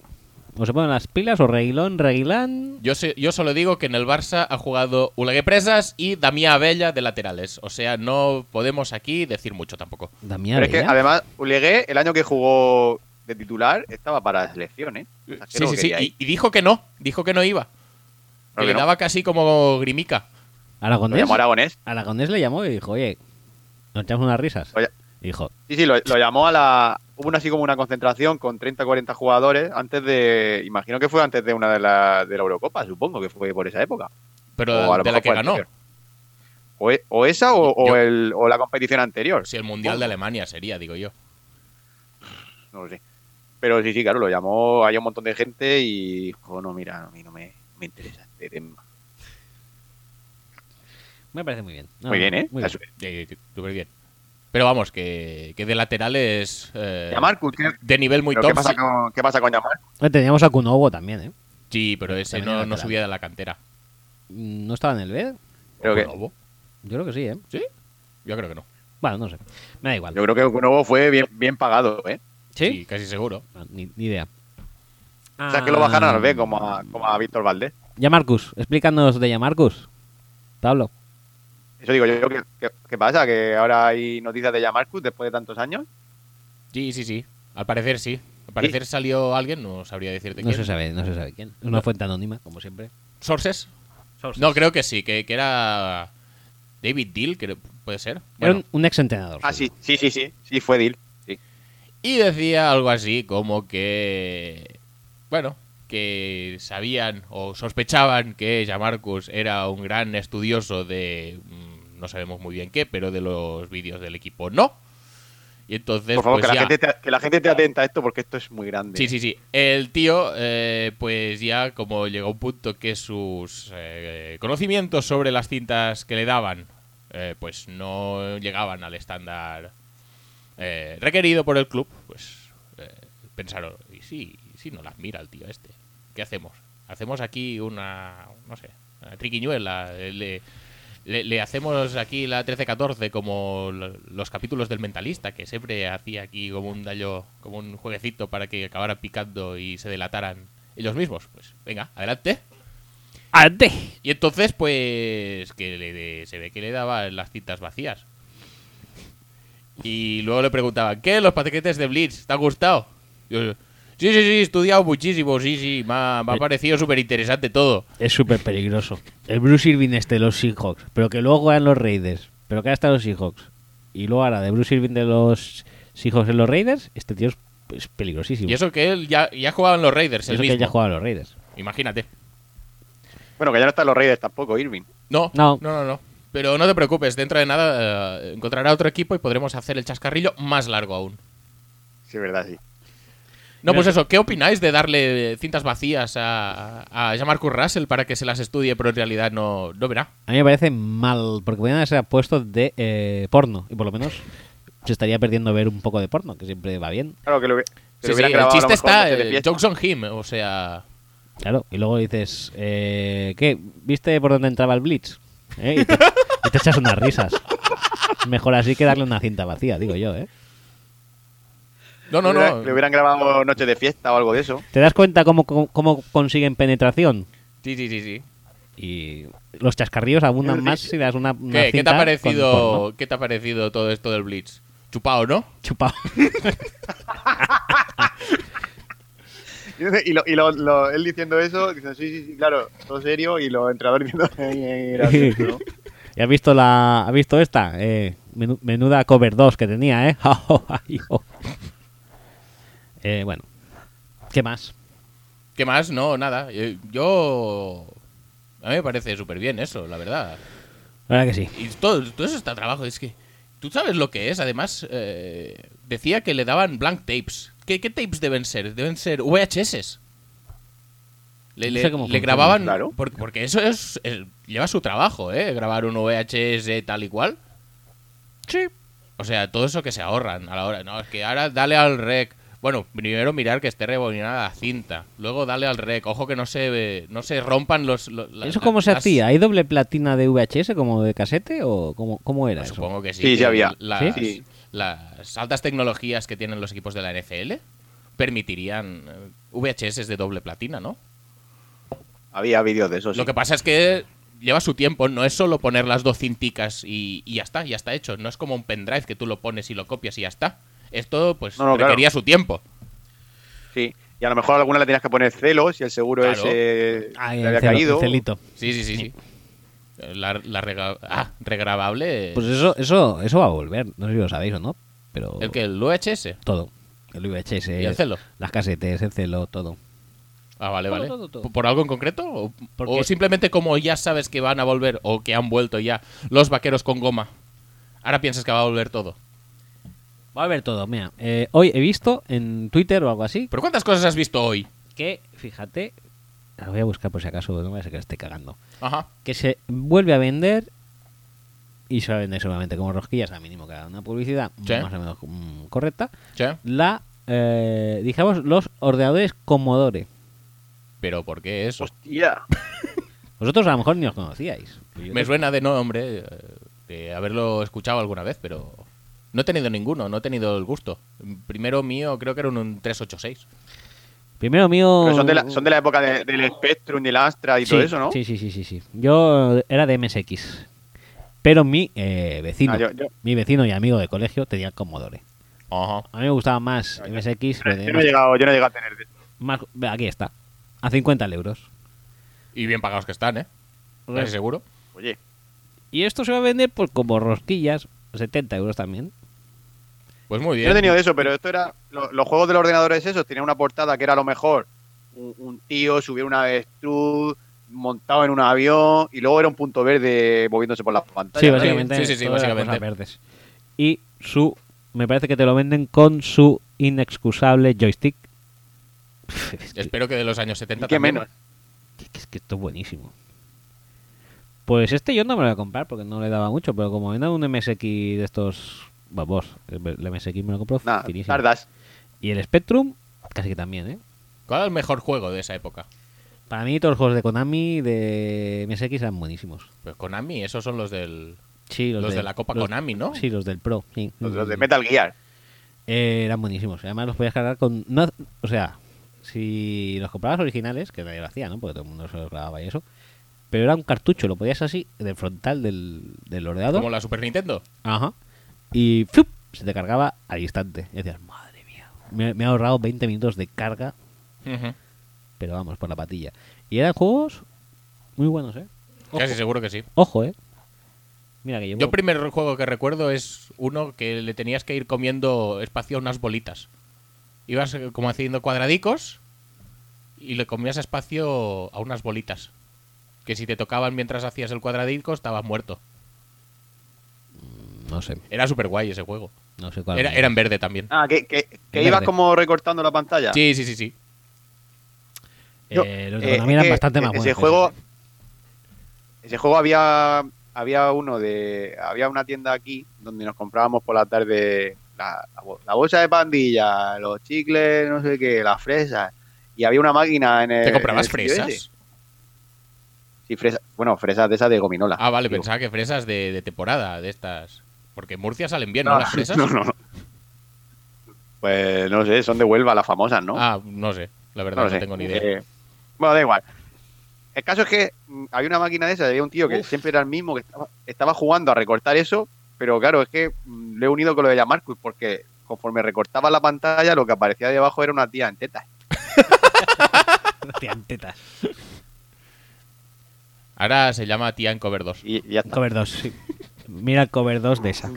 O se ponen las pilas, o Reguilón, Reguilán.
Yo, sé- yo solo digo que en el Barça ha jugado Ulegue Presas y Damián Abella de laterales. O sea, no podemos aquí decir mucho tampoco.
Damián. ¿eh?
Pero es que
Abella.
además, Ulegué, el año que jugó de titular, estaba para la selección, ¿eh? O sea, que
Sí,
no
sí, sí.
quería ir.
Y, y dijo que no. Dijo que no iba. Que
Claro
le
que no.
daba casi como grimica.
Lo
Aragonés.
llamó Aragonés.
Aragonés le llamó y dijo, oye, nos echamos unas risas.
Oye.
Dijo,
Sí, sí, lo, lo llamó a la. Hubo una, así como una concentración con 30, 40 jugadores antes de. Imagino que fue antes de una de la, de la Eurocopa, supongo que fue por esa época.
Pero
o a lo
de la
mejor
que
fue
ganó.
anterior. O, e- o esa o, o
Yo-
el- o la competición anterior.
Si el Mundial
Supongo.
de Alemania sería, digo yo.
No lo sé. Pero sí, sí, claro, lo llamó, hay un montón de gente y dijo, no, mira, a mí no me, no me interesa este tema.
me parece muy bien. No,
muy bien,
no,
¿eh?
muy
La
bien.
su-
Eh, Súper bien. Pero vamos, que, que de laterales. eh,
Yamarcus, ¿qué,
de nivel muy
pero
top.
¿qué, pasa
sí.
con, ¿qué pasa con Yamarcus?
Oye, Teníamos a Kunobo también, ¿eh?
Sí, pero ese
También
no,
era
no
lateral.
subía de la cantera.
¿No estaba en el B?
Creo
¿O
que-
Lobo?
Yo creo que sí, ¿eh?
¿Sí? Yo creo que no.
Bueno, no sé. Me da igual.
Yo creo que Okunobo fue bien, bien pagado, ¿eh?
¿Sí?
Sí, casi seguro.
No, ni, ni idea.
O sea, que lo bajaron al
Ah.
B como a, como a Víctor Valdés.
Ya Marcus, explícanos de Ya Marcus. Pablo.
Eso digo yo, ¿qué, qué, qué pasa? ¿Que ahora hay noticias de Yamarcus después de tantos años?
Sí, sí, sí. Al parecer sí. Al parecer salió alguien, no sabría decirte
No
quién.
se sabe, no se sabe quién. Es una fuente anónima, como siempre.
¿Sources?
pues
No, creo que sí, que, que era David Deal, que puede ser.
Era
Bueno,
un, un ex entrenador.
Ah, sí, sí, sí, sí, sí, fue Dil. Sí.
Y decía algo así como que. Bueno, que sabían o sospechaban que Jamarcus era un gran estudioso de. mm, No sabemos muy bien qué, pero de los vídeos del equipo no. Y entonces.
Por favor,
pues
que, la
ya-
gente te, que la gente te atenta a esto porque esto es muy grande.
Sí, sí, sí. El tío, eh, pues ya como llegó a un punto que sus eh, conocimientos sobre las cintas que le daban, eh, pues no llegaban al estándar eh, requerido por el club, pues eh, pensaron, y sí, y sí, no las mira el tío este. ¿Qué hacemos? Hacemos aquí una, no sé, una triquiñuela. eh, Le, le- le hacemos aquí la 13-14 como lo- los capítulos del mentalista, que siempre hacía aquí como un daño, como un jueguecito para que acabaran picando y se delataran ellos mismos. Pues venga, adelante.
¡Ate!
Y entonces, pues, que le de- se ve que le daba las cintas vacías. Y luego le preguntaban, ¿qué? Los paquetes de Blitz, ¿te han gustado? Y yo, sí, sí, sí, he estudiado muchísimo, sí, sí, me ha, me ha parecido súper interesante todo.
Es súper peligroso. El Bruce Irving este de los Seahawks, pero que luego eran los Raiders, pero que ahora está en los Seahawks. Y luego ahora de Bruce Irving de los Seahawks en los Raiders, este tío es, es peligrosísimo.
Y eso que él ya, ya jugaba en los Raiders,
Eso
el
que
mismo.
él ya jugaba en los Raiders.
Imagínate.
Bueno, que ya no están los Reyes tampoco, Irving.
No, no,
No.
no, no. Pero no te preocupes, dentro de nada eh, encontrará otro equipo y podremos hacer el chascarrillo más largo aún.
Sí, verdad, sí.
No,
Mira,
pues eso, ¿qué opináis de darle cintas vacías a, a Jamarcus Russell para que se las estudie, pero en realidad no, no verá?
A mí me parece mal, porque podrían haberse puesto de eh, porno, y por lo menos se estaría perdiendo ver un poco de porno, que siempre va bien.
Claro, que lo, que
Sí,
lo
sí,
hubieran
el
grabado a lo
chiste
mejor
está,
antes de
eh,
fiesta.
jokes on him, o sea...
Claro, y luego dices, eh, ¿qué? ¿Viste por dónde entraba el Blitz? ¿Eh? Y, te, y te echas unas risas. Mejor así que darle una cinta vacía, digo yo, ¿eh?
No, no,
Le hubiera-
no.
Le hubieran grabado Noche de Fiesta o algo de eso. *laughs*
¿Te das cuenta cómo, cómo, cómo consiguen penetración?
Sí, sí, sí, sí.
Y los chascarrillos abundan más si das una, una
¿Qué, qué te
cinta
ha
con porno.
parecido, ¿Qué te ha parecido todo esto del Blitz? Chupado, ¿no?
Chupado.
Y, lo- y lo- lo- él diciendo eso, diciendo, sí, sí, sí, claro, todo serio. Y los entrenadores diciendo, *laughs* "Ay, ay, gracias", ¿no?
¿Y has visto, la, has visto esta? Eh, menu- menuda cover 2 que tenía, ¿eh? *laughs* Ay, oh. Eh, bueno. ¿Qué más?
¿Qué más? No, nada. Eh, Yo... A mí me parece súper bien eso, la verdad.
La verdad que sí.
Y todo, todo eso está trabajo, es que... Tú sabes lo que es, además, eh, decía que le daban blank tapes. ¿Qué, qué tapes deben ser? Deben ser VHS. Le,
No
le-
sé cómo
le
funciona.
grababan...
Claro.
por- Porque, eso es, es- lleva su trabajo, ¿eh? Grabar un VHS tal y cual.
Sí.
O sea, todo eso que se ahorran a la hora. No, es que ahora dale al rec. Bueno, primero mirar que esté rebobinada la cinta. Luego dale al rec. Ojo que no se, eh, no se rompan los... lo- la-
¿Eso cómo se
las-
hacía? ¿Hay doble platina de VHS como de casete o cómo, cómo era
Pues
eso?
Supongo que sí.
Sí,
que
sí había.
las-
¿Sí?
las altas tecnologías que tienen los equipos de la NFL permitirían eh, VHS de doble platina, ¿no?
Había vídeos de eso, Pues sí.
Lo que pasa es que lleva su tiempo, no es solo poner las dos cinticas y, y ya está, ya está hecho. No es como un pendrive que tú lo pones y lo copias y ya está. Esto, pues,
No, no, claro.
requería su tiempo.
Sí. Y a lo mejor alguna le tenías que poner celos y el seguro
Claro.
ese
Ay,
le
el
había
celo-
caído.
el celito.
Sí, sí, sí, sí. La, la rega- ah, regrabable.
Pues eso, eso, eso va a volver. No sé si lo sabéis o no, pero
el que el VHS.
todo. El VHS,
¿Y el celo?
las casetes, el celo, todo.
Ah, vale,
Todo,
vale.
todo, todo.
¿Por- ¿Por algo en concreto? ¿O,
¿Por
o
qué?
simplemente como ya sabes que van a volver o que han vuelto ya los vaqueros con goma? Ahora piensas que va a volver todo.
Va a haber todo, mira. eh, hoy he visto en Twitter o algo así
¿Pero cuántas cosas has visto hoy?
que, fíjate, la voy a buscar por si acaso, no me a ser que la esté cagando.
Ajá.
que se vuelve a vender y se va a vender seguramente como rosquillas, al mínimo que haga una publicidad
Sí.
más o menos mm, correcta.
Che,
La, eh, digamos, los ordenadores Commodore.
¿Pero por qué
Pues,
eso?
Hostia.
Vosotros a lo mejor ni os conocíais. Yo
Me
creo-
suena de nombre, eh, de haberlo escuchado alguna vez, pero no he tenido ninguno, no he tenido el gusto. Primero mío creo que era un- un 386.
Primero mío.
Pero son, de la, son de la época de- del Spectrum, del Astra y
Sí,
todo eso, ¿no?
Sí, sí, sí, sí, sí. Yo eh, era de MSX. Pero mi eh, vecino,
Ah, yo- yo-
mi vecino y amigo de colegio tenía Commodore.
Ajá.
A mí me gustaba más
*laughs*
MSX, pero
Ah, Yo
tenía
no, he llegado, yo no he llegado a tener. de-
más- más- Aquí está. A 50 euros.
Y bien pagados que están, ¿eh? Casi seguro.
Oye,
Y esto se va a vender por como rosquillas, 70 euros también.
Pues muy
yo no he
bien.
tenido de eso, pero esto era. lo- los juegos de los ordenadores esos tenían una portada que era a lo mejor un, un tío subiera una avestruz montado en un avión y luego era un punto verde moviéndose por la pantalla.
Sí,
¿no?
básicamente.
sí, sí, sí,
todas las
básicamente.
cosas verdes. Y su. Me parece que te lo venden con su inexcusable joystick. Es que,
Espero que de los años
Y
70
qué
también.
menos.
es que esto es buenísimo. Pues este yo no me lo voy a comprar porque no le daba mucho, pero como vendan un MSX de estos. Vamos, el MSX me lo compro
Nada,
finísimo.
tardas.
Y el Spectrum, casi que también, ¿eh?
¿Cuál es el mejor juego de esa época?
Para mí todos los juegos de Konami de MSX eran buenísimos.
Pues Konami, esos son los del.
Sí, los,
Los de
del-
la Copa
los-
Konami, ¿no?
Sí, los del Pro. sí.
Los, los de Metal Gear.
Eh, eran buenísimos. Además los podías cargar con... no- o sea, si los comprabas originales, que nadie lo hacía, ¿no? Porque todo el mundo se los grababa y eso. Pero era un cartucho, lo podías así, del frontal del, del ordenador.
Como la Super Nintendo.
Ajá. Y ¡fiup! se te cargaba al instante. Y decías, madre mía, me, me he ahorrado 20 minutos de carga,
Ujú.
pero vamos, por la patilla. Y eran juegos muy buenos, ¿eh? Ojo,
Casi seguro que sí.
ojo, ¿eh? Mira que yo...
Yo el primer juego que recuerdo es uno que le tenías que ir comiendo espacio a unas bolitas. Ibas eh, como haciendo cuadradicos y le comías espacio a unas bolitas. Que si te tocaban mientras hacías el cuadradico, estabas muerto.
No sé,
Era súper guay ese juego.
no sé cuál.
Era, era en verde también.
Ah, que, que, que
Verde.
ibas como recortando la pantalla.
Sí, sí, sí, sí.
Eh,
Yo-
los
eh,
de Konami
es
eran
que
bastante más
ese
buenos. *laughs*
Juego, ese juego había, había uno de. Había una tienda aquí donde nos comprábamos por la tarde la, la bo- la bolsa de pandilla, los chicles, no sé qué, las fresas. Y había una máquina en el.
¿Te comprabas
en Eh, el sitio ese.
fresas?
Sí, fresas. Bueno, fresas de esas de gominola.
Ah, vale,
Digo,
pensaba que fresas de, de temporada, de estas. Porque en Murcia salen bien, ¿no?
*laughs* No,
Las fresas.
*laughs* no, no, no. Pues no sé, son de Huelva las famosas, ¿no?
Ah, no sé. La verdad,
lo
no,
sé.
tengo ni idea.
Eh, bueno, da igual. El caso es que mm, había una máquina de esas, había un tío que siempre era el mismo, que estaba, estaba jugando a recortar eso, pero claro, es que mm, lo he unido con lo de la Marcus, porque conforme recortaba la pantalla, lo que aparecía debajo era una tía en tetas.
Hostia, tetas.
Ahora se llama Tía en Cover 2.
Y, y ya está.
Cover 2, sí. Mira el cover 2 de esa.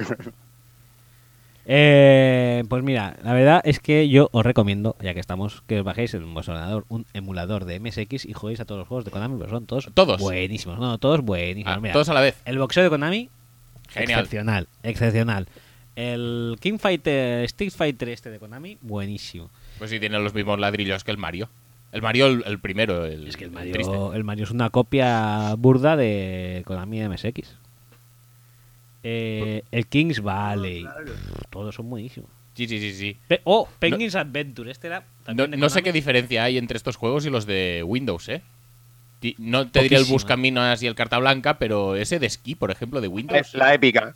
Eh, pues mira, la verdad es que yo os recomiendo, ya que estamos, que os bajéis en vuestro ordenador un emulador de MSX y juguéis a todos los juegos de Konami, pero son todos,
¿Todos?
buenísimos. No, todos buenísimos.
Ah,
Mira,
todos a la vez.
el boxeo de Konami,
Genial.
excepcional, excepcional. El King Fighter, Street Fighter este de Konami, buenísimo.
Pues sí, tiene los mismos ladrillos que el Mario. El Mario, el, el primero. El,
Es que el
triste.
Mario, el Mario es una copia burda de Konami MSX. Eh, el Kings Valley. Pff, Todos son buenísimos.
Sí, sí, sí. sí.
Pe- oh, Penguins Adventure. Este era
No,
también de
no sé qué
Konami.
diferencia hay entre estos juegos y los de Windows, ¿eh? Ti- No te diré el
Poquísima.
Buscaminas y el Carta Blanca, pero ese de esquí, por ejemplo, de Windows.
La épica.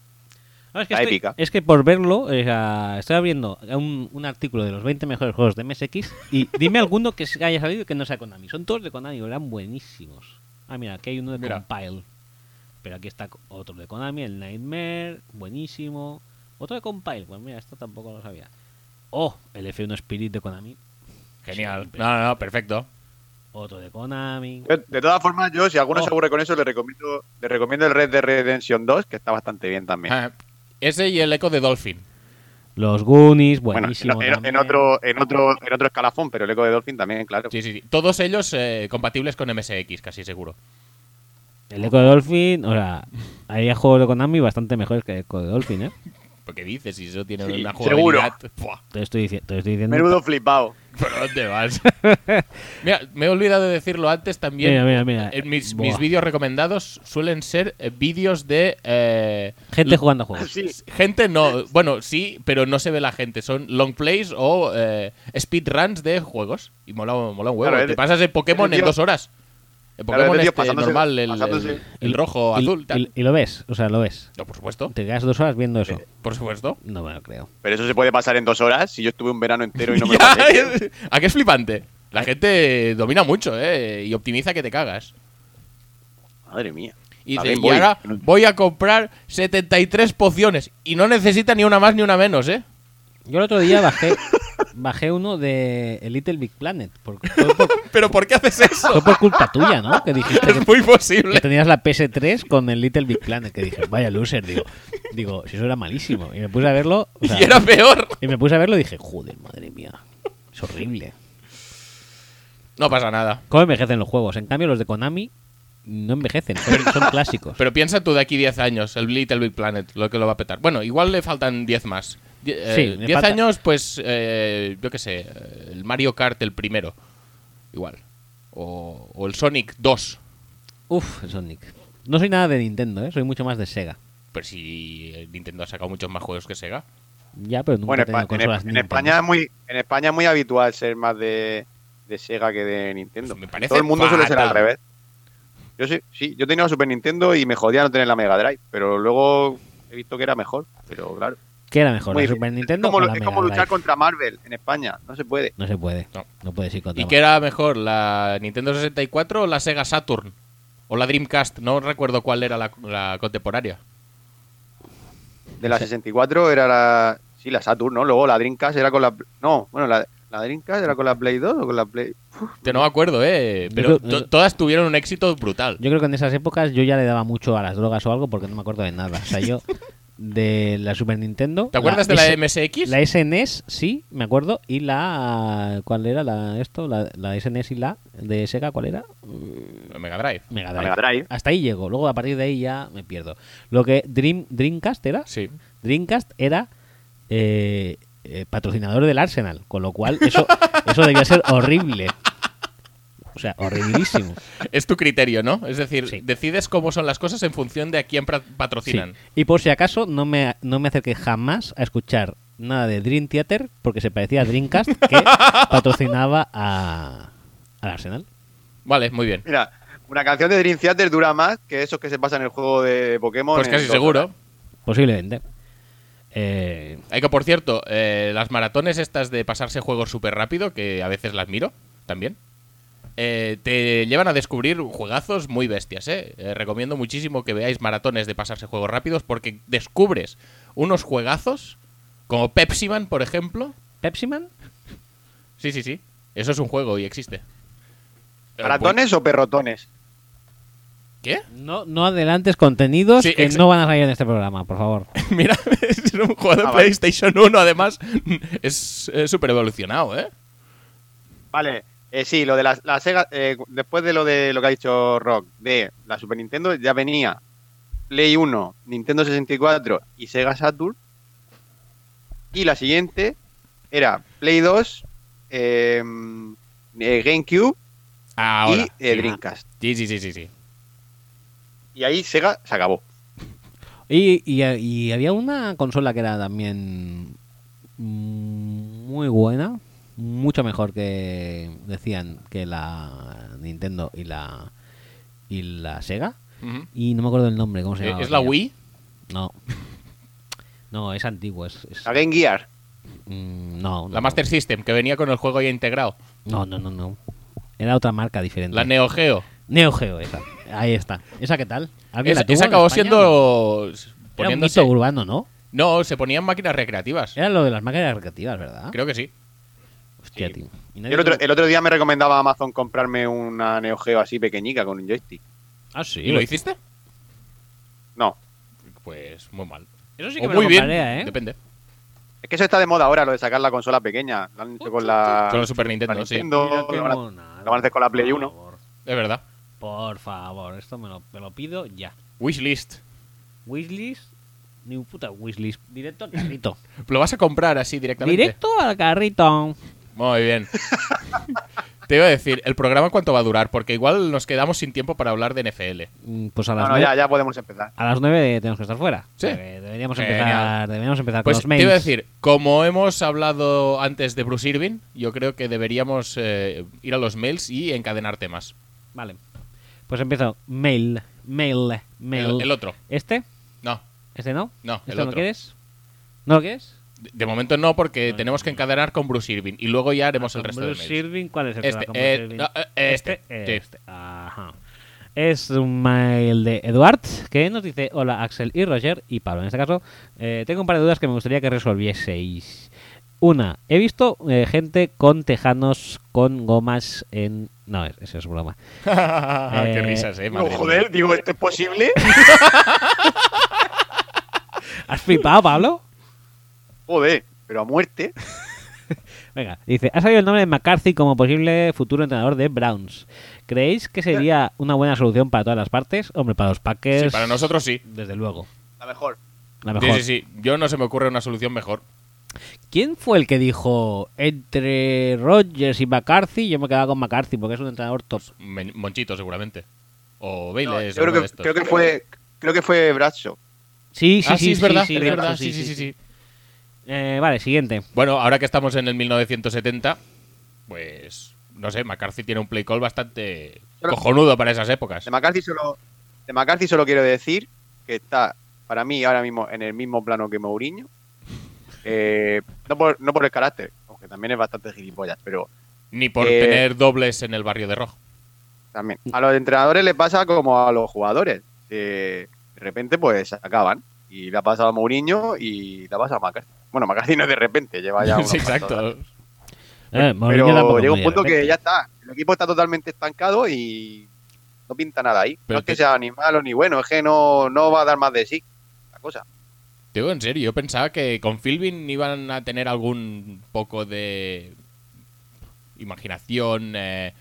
No, es, que
La
estoy-
épica.
es que por verlo, o sea, estoy abriendo un, un artículo de los 20 mejores juegos de MSX y dime alguno que se haya salido que no sea Konami. Son todos de Konami, eran buenísimos. Ah, mira, aquí hay uno de
Mira.
Compile. Pero aquí está otro de Konami, el Nightmare, buenísimo. Otro de Compile, pues mira, esto tampoco lo sabía. Oh, el F1 Spirit de Konami,
Genial.
Siempre.
No, no, no, perfecto.
otro de Konami.
Yo, de todas formas, yo, si alguno
Oh.
se aburre con eso, le recomiendo, le recomiendo el Red de Redemption 2, que está bastante bien también.
Ah, ese y el eco de Dolphin.
Los Goonies,
bueno, en,
buenísimo.
en- en
también.
otro, en, otro, en otro escalafón, pero el eco de Dolphin también, claro.
Sí, sí, sí. Todos ellos eh, compatibles con MSX, casi seguro.
El Eco de Dolphin, o sea, hay juegos de Konami bastante mejores que el Eco de Dolphin, ¿eh?
Porque dices, si eso tiene
Sí,
una
seguro.
jugabilidad. Buah,
Te estoy, dici- te estoy diciendo.
Menudo flipado. *laughs*
¿Por dónde vas?
*laughs*
Mira, me he olvidado de decirlo antes también.
Mira, mira, mira.
Eh, mis,
Buah.
mis vídeos recomendados suelen ser eh, vídeos de. eh,
Gente jugando *laughs* juegos.
Sí,
Gente no, bueno, sí, pero no se ve la gente. Son long plays o eh, speedruns de juegos. Y mola, mola un huevo.
Claro,
Te
es-
pasas el Pokémon
es el
en
tío-
dos horas. El
Claro,
Pokémon
es el tío
este
pasándose-
normal, el,
pasándose-
el- el rojo,
Y-
azul, tal.
Y, y lo ves, o sea, lo ves.
No, por supuesto.
Te quedas dos horas viendo eso.
Por supuesto.
No me lo creo.
Pero eso se puede pasar en dos horas. Si yo estuve un verano entero
*laughs*
y no me lo
Ya,
pasé.
es- ¿A qué es flipante? La gente domina mucho, ¿eh? Y optimiza que te cagas.
Madre mía.
Y,
A
dice,
ver,
"Y
voy".
ahora voy a comprar 73 pociones. Y no necesita ni una más ni una menos, ¿eh?
Yo el otro día *laughs* bajé bajé uno de el Little Big Planet. Por, fue, por,
¿Pero por qué haces eso?
fue por culpa tuya, ¿no? Que dijiste que,
es muy
que
posible.
tenías la PS3 con el Little Big Planet. Que dije, vaya loser, digo. Digo, si eso era malísimo. Y me puse a verlo. o sea,
Y era peor.
y me puse a verlo y dije, joder, madre mía. Es horrible.
No pasa nada.
¿Cómo envejecen los juegos? En cambio, los de Konami no envejecen, son, *laughs* son clásicos.
Pero piensa tú de aquí 10 años, el Little Big Planet, lo que lo va a petar. Bueno, igual le faltan 10 más. Die- eh,
Sí, le
10
falta-
años, pues, eh, yo qué sé, eh, el Mario Kart el primero. Igual. O, o el Sonic 2.
Uf, Sonic. No soy nada de Nintendo, ¿eh? soy mucho más de Sega.
Pero si eh, Nintendo ha sacado muchos más juegos que Sega.
Ya, pero nunca
Bueno,
he tenido
en, Espa- en
consolas
en
Nintendo.
España es muy, en España es muy habitual ser más de, de Sega que de Nintendo.
Pues me parece
Todo el mundo suele ser al
fatal.
revés. Yo sí, sí, yo tenía Super Nintendo y me jodía no tener la Mega Drive, pero luego he visto que era mejor, pero claro.
¿Qué era mejor,
Muy
la
difícil.
Super Nintendo
es como,
o la
es
Mega
como luchar
Drive?
contra Marvel en España, no se puede.
No se puede,
No.
no, puedes ir contra
¿Y qué era mejor, la Nintendo 64 o la Sega Saturn? O la Dreamcast, no recuerdo cuál era la, la contemporánea.
De la 64 era la sí, la Saturn, ¿no? Luego la Dreamcast era con la no, bueno, la, la Dreamcast era con la Play 2 o con la Play
Yo no me acuerdo, ¿eh?
Yo
Pero
creo-
to- todas tuvieron un éxito brutal.
Yo creo que en esas épocas yo ya le daba mucho a las drogas o algo porque no me acuerdo de nada. O sea,
*laughs*
yo de la Super Nintendo...
¿Te acuerdas de la
S-
MSX?
La SNES, sí, me acuerdo. Y la... ¿Cuál era la esto? La, la SNES y la de Sega, ¿cuál era?
Mega Drive.
Mega
La
Drive.
Mega Drive.
Hasta ahí llego. Luego a partir de ahí ya me pierdo. Lo que Dream, Dreamcast era,
Sí.
Dreamcast era eh, eh, patrocinador del Arsenal, con lo cual eso, *laughs* eso debía ser horrible. O sea,
*laughs*
horribilísimo.
Es tu criterio, ¿no? Es decir,
Sí.
decides cómo son las cosas en función de a quién pra-
Sí.
patrocinan.
Y por si acaso, no me, no me acerqué jamás a escuchar nada de Dream Theater porque se parecía a Dreamcast
*laughs*
que patrocinaba a, al Arsenal.
Vale, muy bien. Pues
Mira, una canción de Dream Theater dura más que esos que se pasan en el juego de Pokémon.
Pues
en
casi
dos horas.
seguro.
Posiblemente. Eh,
Hay que, por cierto, eh, las maratones estas de pasarse juegos súper rápido, que a veces las miro también, eh, te llevan a descubrir juegazos muy bestias, ¿eh? Eh, Recomiendo muchísimo que veáis maratones de pasarse juegos rápidos porque descubres unos juegazos como Pepsi Man, por ejemplo.
¿Pepsi Man?
Sí, sí, sí. Eso es un juego y existe. Eh,
¿Maratones o perrotones?
¿Qué? *laughs*
No, no adelantes contenidos
Sí,
que
ex-
no van a salir en este programa, por favor.
Mira, es un juego de
Ah, vale.
PlayStation 1, además. Es eh, súper evolucionado, ¿eh?
Vale, eh, sí, lo de la, la Sega, eh, después de lo de lo que ha dicho Rock, de la Super Nintendo ya venía Play 1, Nintendo 64 y Sega Saturn. Y la siguiente era Play 2, eh, eh, GameCube
Ahora.
y eh, Dreamcast.
Sí, sí, sí, sí, sí.
Y ahí Sega se acabó.
Y, y- y había una consola que era también muy buena, mucho mejor que decían que la Nintendo y la y la Sega.
Ujú.
Y no me acuerdo el nombre, ¿cómo se
Eh,
llama?
¿Es la Wii?
No. No, es antiguo. Es, es-
La Game Gear.
mm, no, no,
Ah. La Master System, que venía con el juego ya integrado.
No, no, no, no. Era otra marca diferente.
La Neo Geo.
Neo Geo, esa. Ahí está. ¿Esa qué tal? ¿Alguien
Esa,
la Ah, tuvo
esa
en
acabó
España?
siendo.
Era un
Poniéndose.
mito urbano, ¿no?
No, se ponían máquinas recreativas.
Era lo de las máquinas recreativas, ¿verdad?
Creo que sí.
Hostia,
sí.
tío. Y
Yo
nadie
El otro,
tuvo-
el otro día me recomendaba Amazon comprarme una Neo Geo así pequeñica con un joystick.
Ah, sí.
¿Y lo hiciste?
No.
Pues muy mal.
Eso sí
O
que me
muy
lo
bien.
compraría, ¿eh?
Depende.
Es que eso está de moda ahora, lo de sacar la consola pequeña. Lo han hecho con la,
Con la Super Nintendo,
Ah, la
sí.
Nintendo,
Mira qué
lo, van a,
monada,
lo van a hacer con la Play
por
1.
favor.
Es verdad.
Por favor, esto me lo, me lo pido ya.
Wishlist.
Wishlist, ni un puta wishlist. Directo al carrito.
¿Lo vas a comprar así directamente?
Directo al carrito. *laughs*
Muy bien. Te iba a decir, ¿el programa cuánto va a durar? Porque igual nos quedamos sin tiempo para hablar de NFL.
Mm, Pues a
No,
las,
no,
nueve-
ya, ya podemos empezar.
a las 9 tenemos que estar fuera.
Sí.
O sea que Deberíamos
Genial.
empezar, deberíamos empezar
Pues
con los mails.
te iba a decir, como hemos hablado antes de Bruce Irving, yo creo que deberíamos eh, ir a los mails y encadenar temas.
Vale. Pues empiezo. Mail, mail, mail.
El, el otro.
¿Este?
No,
¿Este no?
No,
¿Este
el
no
otro.
quieres? ¿No lo quieres?
de de momento no, porque tenemos que encadenar con Bruce Irving y luego ya haremos Pues el
Ah, Con
resto de
Bruce
mails.
Irving, ¿cuál es el que
Este,
va con
eh,
Bruce Irving?
no, eh, este, sí. *laughs*
este. Ajá. Es un mail de Eduard que nos dice: Hola Axel y Roger y Pablo. En este caso, eh, tengo un par de dudas que me gustaría que resolvieseis. Una, he visto eh, gente con tejanos con gomas en. No, es- eso es broma.
Qué
Eh,
risas, eh, madre mía.
digo, ¿esto es posible?
¿Has flipado, Pablo?
*laughs* joder, pero a muerte.
Venga, dice, ha salido el nombre de McCarthy como posible futuro entrenador de Browns. ¿Creéis que sería una buena solución para todas las partes? Hombre, para los Packers.
Sí, para nosotros sí.
Desde luego.
A mejor.
La
Sí,
mejor.
sí, sí. Yo no se me ocurre una solución mejor.
¿Quién fue el que dijo entre Rodgers y McCarthy? Yo me quedaba con McCarthy porque es un entrenador top.
Men- Monchito, seguramente. O
No,
Bailey.
yo creo que, creo que fue creo que fue Bradshaw.
Sí, sí,
Ah, sí,
sí,
es verdad.
sí,
es
Bradshaw,
verdad. Sí, sí, sí. sí.
Eh, vale, siguiente.
Bueno, ahora que estamos en el 1970, pues no sé, McCarthy tiene un play call bastante
Pero-
cojonudo para esas épocas.
De McCarthy solo de McCarthy solo quiero decir que está para mí ahora mismo en el mismo plano que Mourinho. Eh, no, por, no por el carácter, aunque también es bastante gilipollas, pero
Ni por
Eh,
tener dobles en el barrio de rojo.
también. A los entrenadores les pasa como a los jugadores. eh, de repente pues acaban. Y la ha pasado a Mourinho y la pasa a McCarthy. Bueno, McCarthy no es de repente, lleva ya
*laughs*
unos
Sí,
cuantos años.
exacto.
Eh, Mourinho
Pero
tampoco
llega un
muy ¿eh?
punto que
decente.
ya está. El equipo está totalmente estancado y no pinta nada ahí.
Pero
no es que
te-
sea ni malo ni bueno, es que no, no va a dar más de sí la cosa.
Te digo en serio, yo pensaba que con Philbin iban a tener algún poco de imaginación, eh,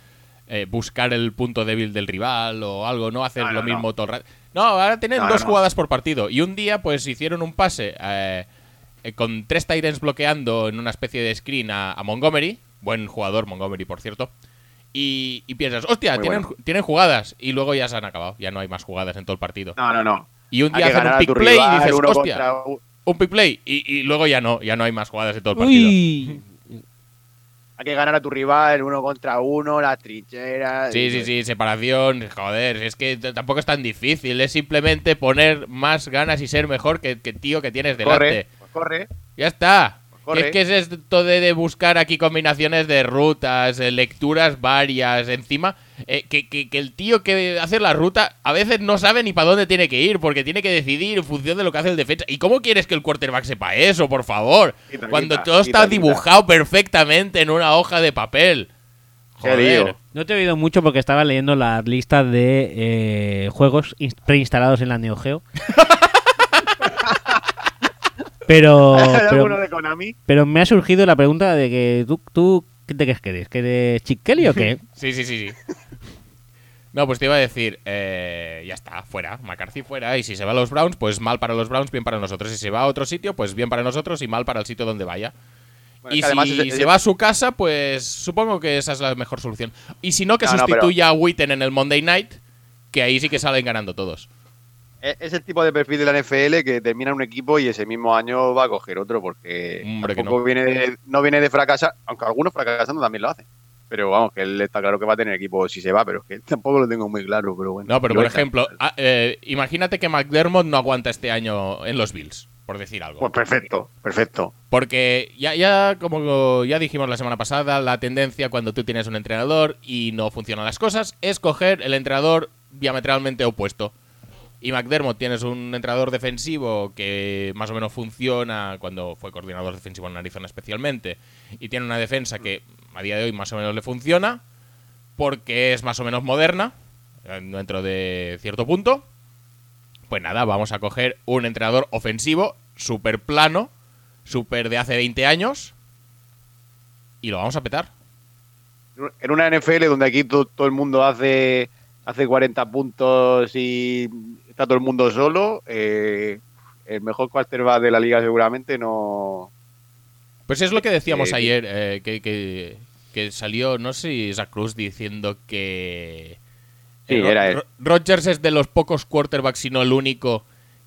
eh, buscar el punto débil del rival o algo, no hacer
No, no,
lo mismo
no.
todo el rato. No, ahora tienen
No, no,
dos
no.
jugadas por partido y un día pues hicieron un pase eh, eh, con tres Tyrants bloqueando en una especie de screen a, a Montgomery, buen jugador Montgomery por cierto, y, y piensas, hostia,
Muy
tienen,
bueno.
tienen jugadas y luego ya se han acabado, ya no hay más jugadas en todo el partido.
No, no, no.
Y un
Hay
día
que
hacen
ganar
un
a tu
pick play y
rival
dices,
uno
hostia
contra u-
un pick play y, y luego ya no, ya no hay más jugadas en todo el partido.
Uy.
Hay que ganar a tu rival uno contra uno, las trincheras.
Sí,
y- pues,
sí, sí, separación, joder, es que t- tampoco es tan difícil, es simplemente poner más ganas y ser mejor que el tío que tienes delante.
Corre, pues corre.
Ya está.
Corre.
Es que es esto de, de buscar aquí combinaciones de rutas, eh, lecturas varias, encima, eh, que, que- que el tío que hace la ruta a veces no sabe ni para dónde tiene que ir, porque tiene que decidir en función de lo que hace el defensa. ¿Y cómo quieres que el quarterback sepa eso, por favor?
Quita,
Cuando
quita,
todo está
quita, quita.
dibujado perfectamente en una hoja de papel.
Qué
Joder.
lío.
No te he oído mucho porque estaba leyendo la lista de eh, juegos inst- preinstalados en la Neo
*laughs*
Geo. pero,
*laughs* ¿Hay alguno
pero,
de Konami?
pero me ha surgido la pregunta de que tú, tú ¿qué te crees que eres? ¿Que eres Chick Kelly o qué?
Sí, sí, sí, sí. *laughs* No, pues te iba a decir, eh, ya está, fuera, McCarthy fuera, y si se va a los Browns, pues mal para los Browns, bien para nosotros. Si se va a otro sitio, pues bien para nosotros y mal para el sitio donde vaya.
Bueno,
y
es que además
si
es-
se va a su casa, pues supongo que esa es la mejor solución. Y si no, que
No, no, pero-
sustituya a Witten en el Monday Night, que ahí sí que salen ganando todos.
es, es el tipo de perfil de la NFL que termina un equipo y ese mismo año va a coger otro porque
Hombre, que
tampoco
no.
viene de, no viene de fracasar, aunque algunos fracasando también lo hacen. Pero vamos, que él está claro que va a tener equipo si se va, pero es que *laughs* tampoco lo tengo muy claro, pero bueno.
No, pero
Lo
por
está.
ejemplo, ah, eh, imagínate que McDermott no aguanta este año en los Bills. por decir algo.
Pues perfecto, perfecto.
Porque ya, ya, como ya dijimos la semana pasada, la tendencia cuando tú tienes un entrenador y no funcionan las cosas es coger el entrenador diametralmente opuesto. Y McDermott tienes un entrenador defensivo que más o menos funciona cuando fue coordinador defensivo en Arizona especialmente. Y tiene una defensa que a día de hoy más o menos le funciona porque es más o menos moderna eh, dentro de cierto punto. Pues nada, vamos a coger un entrenador ofensivo súper plano, súper de hace 20 años y lo vamos a petar.
En una NFL donde aquí to- todo el mundo hace, hace 40 puntos y está todo el mundo solo, eh, el mejor quarterback de la liga seguramente no...
Pues es lo que decíamos
Eh,
ayer, eh, que, que- que salió, no sé si Zach Cruz diciendo que. eh,
Sí, era él.
Rodgers es de los pocos quarterbacks, si no el único,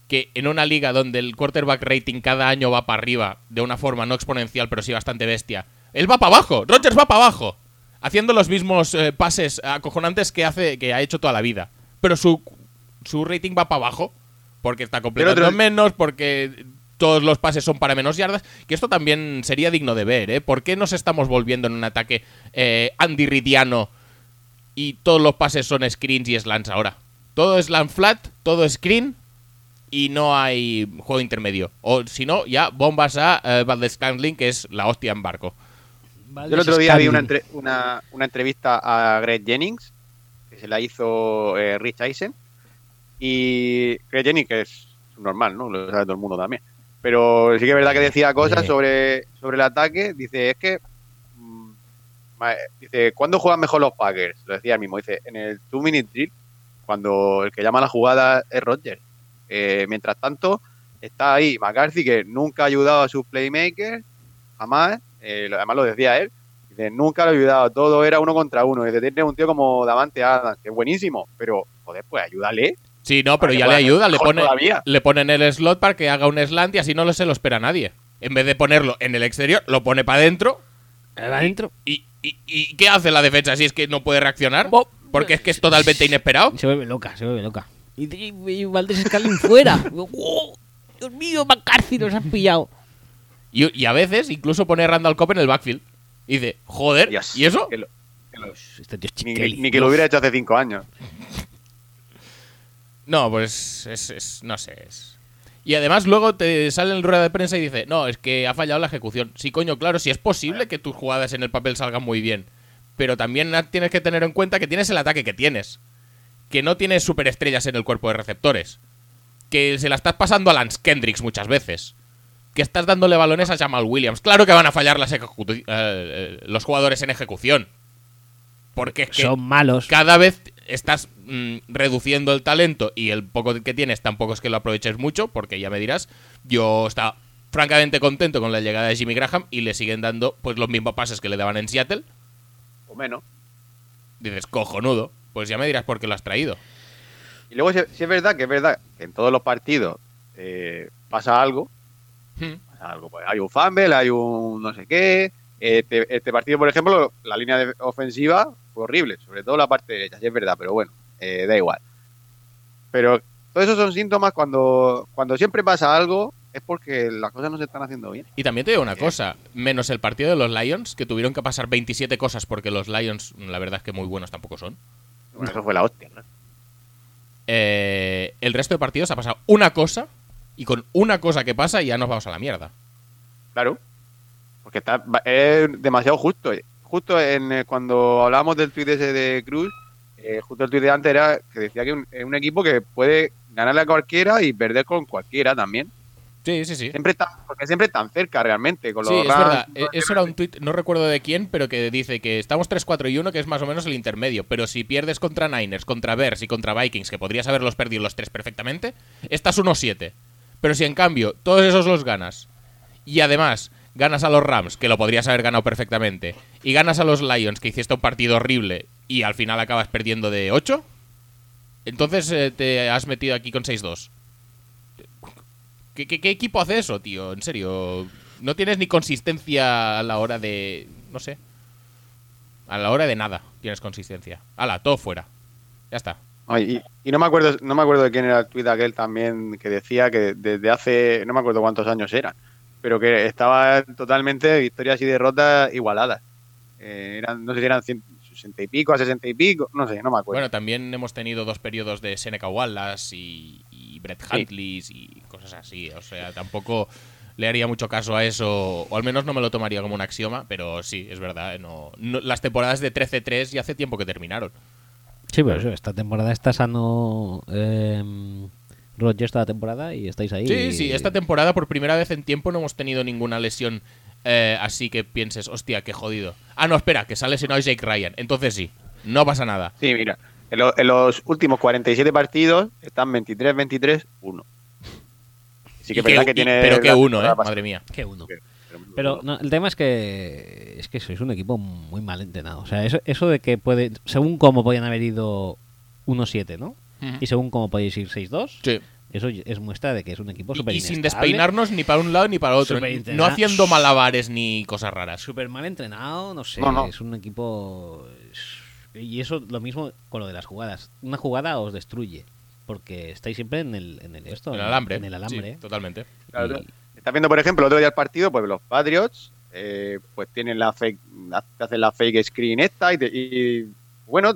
que en una liga donde el quarterback rating cada año va para arriba, de una forma no exponencial, pero sí bastante bestia, él va para abajo. Rodgers va para abajo, haciendo los mismos eh, pases acojonantes que, hace, que ha hecho toda la vida. Pero su, su rating va para abajo, porque está completando
otro-
menos, porque todos los pases son para menos yardas, que esto también sería digno de ver, ¿eh? ¿Por qué nos estamos volviendo en un ataque eh, Andy Ridiano y todos los pases son screens y slants ahora? Todo es slant flat, todo es screen y no hay juego intermedio. O si no, ya bombas a eh, Valdez-Scantling, que es la hostia en barco.
Yo el otro día vi una, entre- una, una entrevista a Greg Jennings, que se la hizo eh, Rich Eisen, y Greg Jennings, que es normal, ¿no? Lo sabe todo el mundo también. Pero sí que es verdad que decía cosas
Sí.
sobre, sobre el ataque. Dice, es que... mm, ma- Dice, ¿cuándo juegan mejor los Packers? Lo decía él mismo. Dice, en el two minute drill, cuando el que llama la jugada es Rodgers. Eh, mientras tanto, está ahí McCarthy, que nunca ha ayudado a sus playmakers, jamás. Eh, lo- además lo decía él. Dice, nunca lo he ayudado, todo era uno contra uno. Dice, tiene un tío como Davante Adams, que es buenísimo, pero, joder, pues ayúdale.
Sí, no, pero
Para que
ya le
pueda
ayuda, le
mejor
pone,
todavía.
le pone en el slot para que haga un slant y así no se lo espera nadie. En vez de ponerlo en el exterior, lo pone para adentro
Adentro.
¿Y, y, y qué hace la defensa si es que no puede reaccionar? Porque es que es totalmente inesperado.
Se vuelve loca, se vuelve loca. Y, y, y Valdés Scarlin fuera. ¡Wow! Dios mío, McCarthy, nos has pillado.
Y, y a veces incluso pone a Randall Cobb en el backfield. Y dice, joder,
Dios,
¿y eso?
que lo-
Este tío es
ni,
Chiquelli.
que- ni que lo hubiera hecho hace cinco años.
No, pues es, es- no sé. es- Y además luego te sale en rueda de prensa y dice, no, es que ha fallado la ejecución. Sí, coño, claro, si es posible que tus jugadas en el papel salgan muy bien. Pero también ha- tienes que tener en cuenta que tienes el ataque que tienes. Que no tienes superestrellas en el cuerpo de receptores. Que se la estás pasando a Lance Kendricks muchas veces. Que estás dándole balones a Jamal Williams. Claro que van a fallar las ejecu- eh, eh, los jugadores en ejecución. Porque es que
Son malos.
cada vez estás mm, reduciendo el talento y el poco que tienes tampoco es que lo aproveches mucho, porque ya me dirás, yo estaba francamente contento con la llegada de Jimmy Graham y le siguen dando pues los mismos pases que le daban en Seattle.
O menos.
Dices, cojonudo, pues ya me dirás por qué lo has traído.
Y luego, si, si es verdad que es verdad que en todos los partidos eh, pasa algo,
Hmm.
pasa algo, pues, hay un fumble, hay un no sé qué. Este, este partido, por ejemplo, la línea de- ofensiva fue horrible, sobre todo la parte derecha, si es verdad, pero bueno, eh, da igual. Pero todos esos son síntomas cuando, cuando siempre pasa algo, es porque las cosas no se están haciendo bien.
Y también te digo una cosa, menos el partido de los Lions, que tuvieron que pasar 27 cosas porque los Lions, la verdad es que muy buenos tampoco son.
Bueno, eso fue la hostia, ¿no?
eh, el resto de partidos ha pasado una cosa y con una cosa que pasa ya nos vamos a la mierda.
Claro. Porque está va- es demasiado justo. eh. Justo en eh, cuando hablábamos del tuit ese de Cruz, eh, justo el tuit de antes era que decía que un- es un equipo que puede ganarle a cualquiera y perder con cualquiera también.
Sí, sí, sí.
Siempre está, porque siempre están cerca realmente con los
Sí, es
Rams,
verdad.
con
E-
los
Eso era un tuit, no recuerdo de quién, pero que dice que estamos 3, 4 y 1, que es más o menos el intermedio. Pero si pierdes contra Niners, contra Bears y contra Vikings, que podrías haberlos perdido los tres perfectamente, estás 1-7. Pero si en cambio todos esos los ganas y además ganas a los Rams, que lo podrías haber ganado perfectamente, y ganas a los Lions, que hiciste un partido horrible y al final acabas perdiendo de 8, entonces eh, te has metido aquí con 6-2. ¿Qué, qué, qué equipo hace eso, tío? En serio. No tienes ni consistencia a la hora de. No sé. A la hora de nada tienes consistencia. Hala, todo fuera. Ya está.
Ay, y, y no me acuerdo, no me acuerdo de quién era el tweet aquel también que decía que desde hace, no me acuerdo cuántos años eran, pero que estaba totalmente victorias y derrotas igualadas. Eh, eran, no sé si eran 160 y pico a 60 y pico, no sé, no me acuerdo.
Bueno, también hemos tenido dos periodos de Seneca Wallace y, y Brett Hartley y cosas así. O sea, tampoco le haría mucho caso a eso, o al menos no me lo tomaría como un axioma, pero sí, es verdad. No, no- las temporadas de 13-3 ya hace tiempo que terminaron.
Sí, pero eso, esta temporada está sano eh, Rogers toda la temporada y estáis ahí.
Sí, sí, esta temporada por primera vez en tiempo no hemos tenido ninguna lesión eh, así que pienses, hostia, qué jodido. Ah, no, espera, que sale si no es Jake Ryan. Entonces sí, no pasa nada.
Sí, mira, en, lo- en los últimos 47 partidos están 23, 23, 1. Sí
Y
que es verdad
que-
que
y-
tiene.
pero que
la
uno, eh,
temporada
madre mía.
Que uno.
pasada.
Pero no, el tema es que es que sois un equipo muy mal entrenado. O sea, eso, eso de que puede, según cómo podían haber ido 1-7, ¿no?
Ujú.
Y según cómo podéis ir 6-2,
Sí.
eso es muestra de que es un
Pues
equipo
Y-
súper
Y, sin despeinarnos ni para un lado ni para otro.
Superintensa-
No haciendo malabares ni cosas raras.
Súper mal entrenado, no sé.
No, no.
Es un equipo. Y eso lo mismo con lo de las jugadas. Una jugada os destruye. Porque estáis siempre en el, en el esto.
El alambre.
En el alambre. ¿eh?
Sí,
Eh,
totalmente.
Claro,
Y-
Estás viendo, por ejemplo, el otro día el partido, pues los Patriots, eh, pues tienen la fake, la- te hacen la fake screen esta y, te- y, bueno,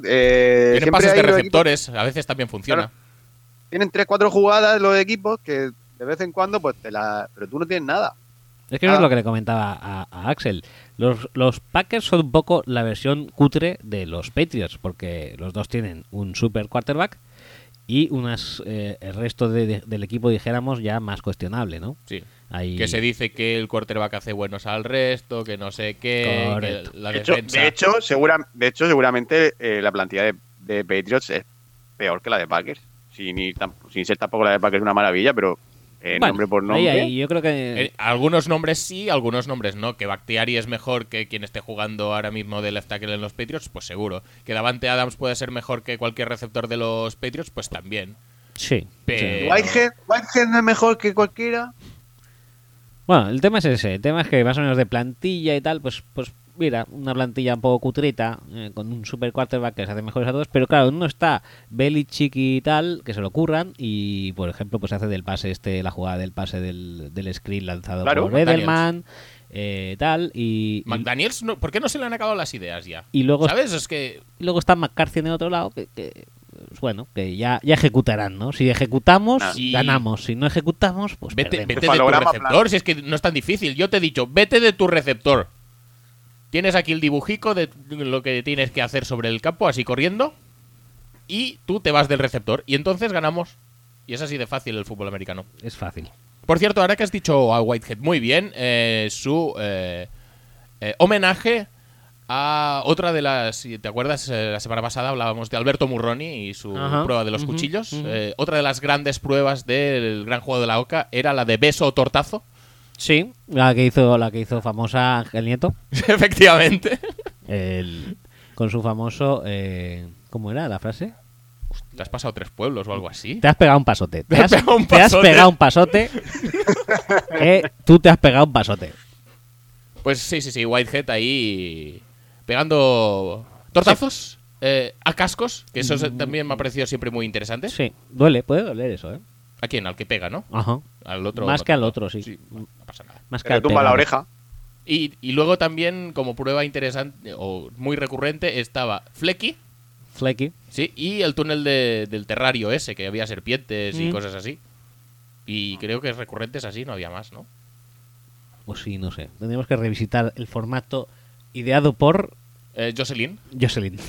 Tienen
eh, siempre
pases
hay
de
los
receptores, a veces también funciona.
equipos- tienen tres, cuatro jugadas los equipos que de vez en cuando, pues te la, pero tú no tienes nada.
Es que eso
Ah.
es lo que le comentaba a, a Axel. Los, los Packers son un poco la versión cutre de los Patriots, porque los dos tienen un super quarterback y unas eh, el resto de- de- del equipo, dijéramos, ya más cuestionable, ¿no?
Sí.
Ahí,
Que se dice que el quarterback hace buenos al resto, que no sé qué, que
Correcto.
la
de, hecho,
defensa.
de hecho, segura, de hecho, seguramente eh, la plantilla de, de Patriots es peor que la de Packers. Sin, ir tan- sin ser tampoco la de Packers una maravilla, pero eh,
Bueno,
nombre por
ahí,
nombre.
ahí, yo creo que...
Eh, algunos nombres sí, algunos nombres no. Que Bactiari es mejor que quien esté jugando ahora mismo de left tackle en los Patriots, pues seguro. Que Davante Adams puede ser mejor que cualquier receptor de los Patriots, pues también.
sí.
Pero-
sí.
Whitehead, Whitehead no es mejor que cualquiera.
Bueno, el tema es ese. El tema es que más o menos de plantilla y tal, pues, pues mira, una plantilla un poco cutrita, eh, con un super quarterback que se hace mejores a todos, pero claro, no está Belichick y tal, que se lo curran, y por ejemplo, pues hace del pase este, la jugada del pase del, del screen lanzado
Claro,
por
McDaniels.
Edelman, eh, tal, y, y-
McDaniels, no- ¿por qué no se le han acabado las ideas ya?
Y luego-
¿Sabes? Es que
y luego está McCarthy en el otro lado, que, que, pues, bueno, que ya, ya ejecutarán, ¿no? Si ejecutamos,
Ah,
sí.
ganamos, si no ejecutamos, pues
vete,
perdemos.
vete de tu
Falograma
receptor,
plano.
si es que no es tan difícil. Yo te he dicho, vete de tu receptor. Tienes aquí el dibujico de lo que tienes que hacer sobre el campo, así corriendo. Y tú te vas del receptor. Y entonces ganamos. Y es así de fácil el fútbol americano.
Es fácil.
Por cierto, ahora que has dicho a Whitehead muy bien, eh, su eh, eh, homenaje a otra de las. si ¿Te acuerdas? eh, la semana pasada hablábamos de Alberto Murroni y su
Ajá,
prueba de los
ujú,
cuchillos.
ujú.
Eh, otra de las grandes pruebas del gran juego de la OCA era la de beso o tortazo. *laughs*
Sí, la que hizo, la que hizo famosa Ángel Nieto.
Efectivamente.
El- con su famoso. eh, ¿Cómo era la frase?
¿Te has pasado tres pueblos o algo así?
Te has pegado un pasote. Te,
has
has,
pegado un
te has
pasote.
pegado un pasote. eh, tú te has pegado un pasote.
Pues sí, sí, sí, Whitehead ahí pegando tortazos eh, a cascos, que eso es- también me ha parecido siempre muy interesante.
Mm. Sí, duele, puede doler eso, ¿eh?
¿A quién? Al que pega, ¿no?
Ajá.
Al otro.
Más
no
que al
tanto.
otro, sí.
bueno, no pasa nada.
Más
Que le
al
tumba la
pegado.
oreja.
Y, y luego también, como prueba interesante o muy recurrente, estaba Flecky,
Flecky.
sí, y el túnel de- del terrario ese, que había serpientes y
Mm.
cosas así. Y creo que recurrentes así, no había más, ¿no?
O sí, no sé. Tendríamos que revisitar el formato ideado por
Eh, Jocelyn.
Jocelyn. *laughs*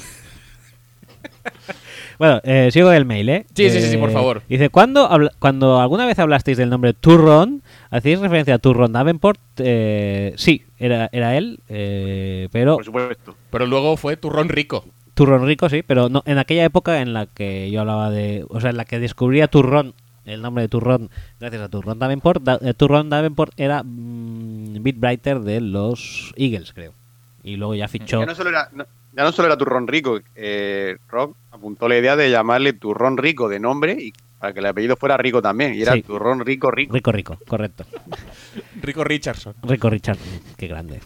bueno, eh, sigo el mail, ¿eh?
Sí, sí, sí, sí,
Eh,
por favor.
Dice, cuando cuando alguna vez hablasteis del nombre Turron, ¿hacéis referencia a Turron Davenport? Eh, sí, era, era él, eh, pero
Por supuesto.
Pero luego fue Turrón Rico.
Turrón rico, sí, pero no, en aquella época en la que yo hablaba de. O sea, en la que descubría Turrón, el nombre de Turrón, gracias a Turrón Davenport, da- eh, Turrón Davenport era mm, beat writer de los Eagles, creo. Y luego ya fichó.
Ya Eh, no solo era, no- ya no solo era turrón rico. eh, Rock apuntó la idea de llamarle turrón rico de nombre y para que el apellido fuera rico también. Y era
Sí.
turrón rico rico.
Rico, rico, correcto.
Rico Richardson.
Rico Richard, qué grande.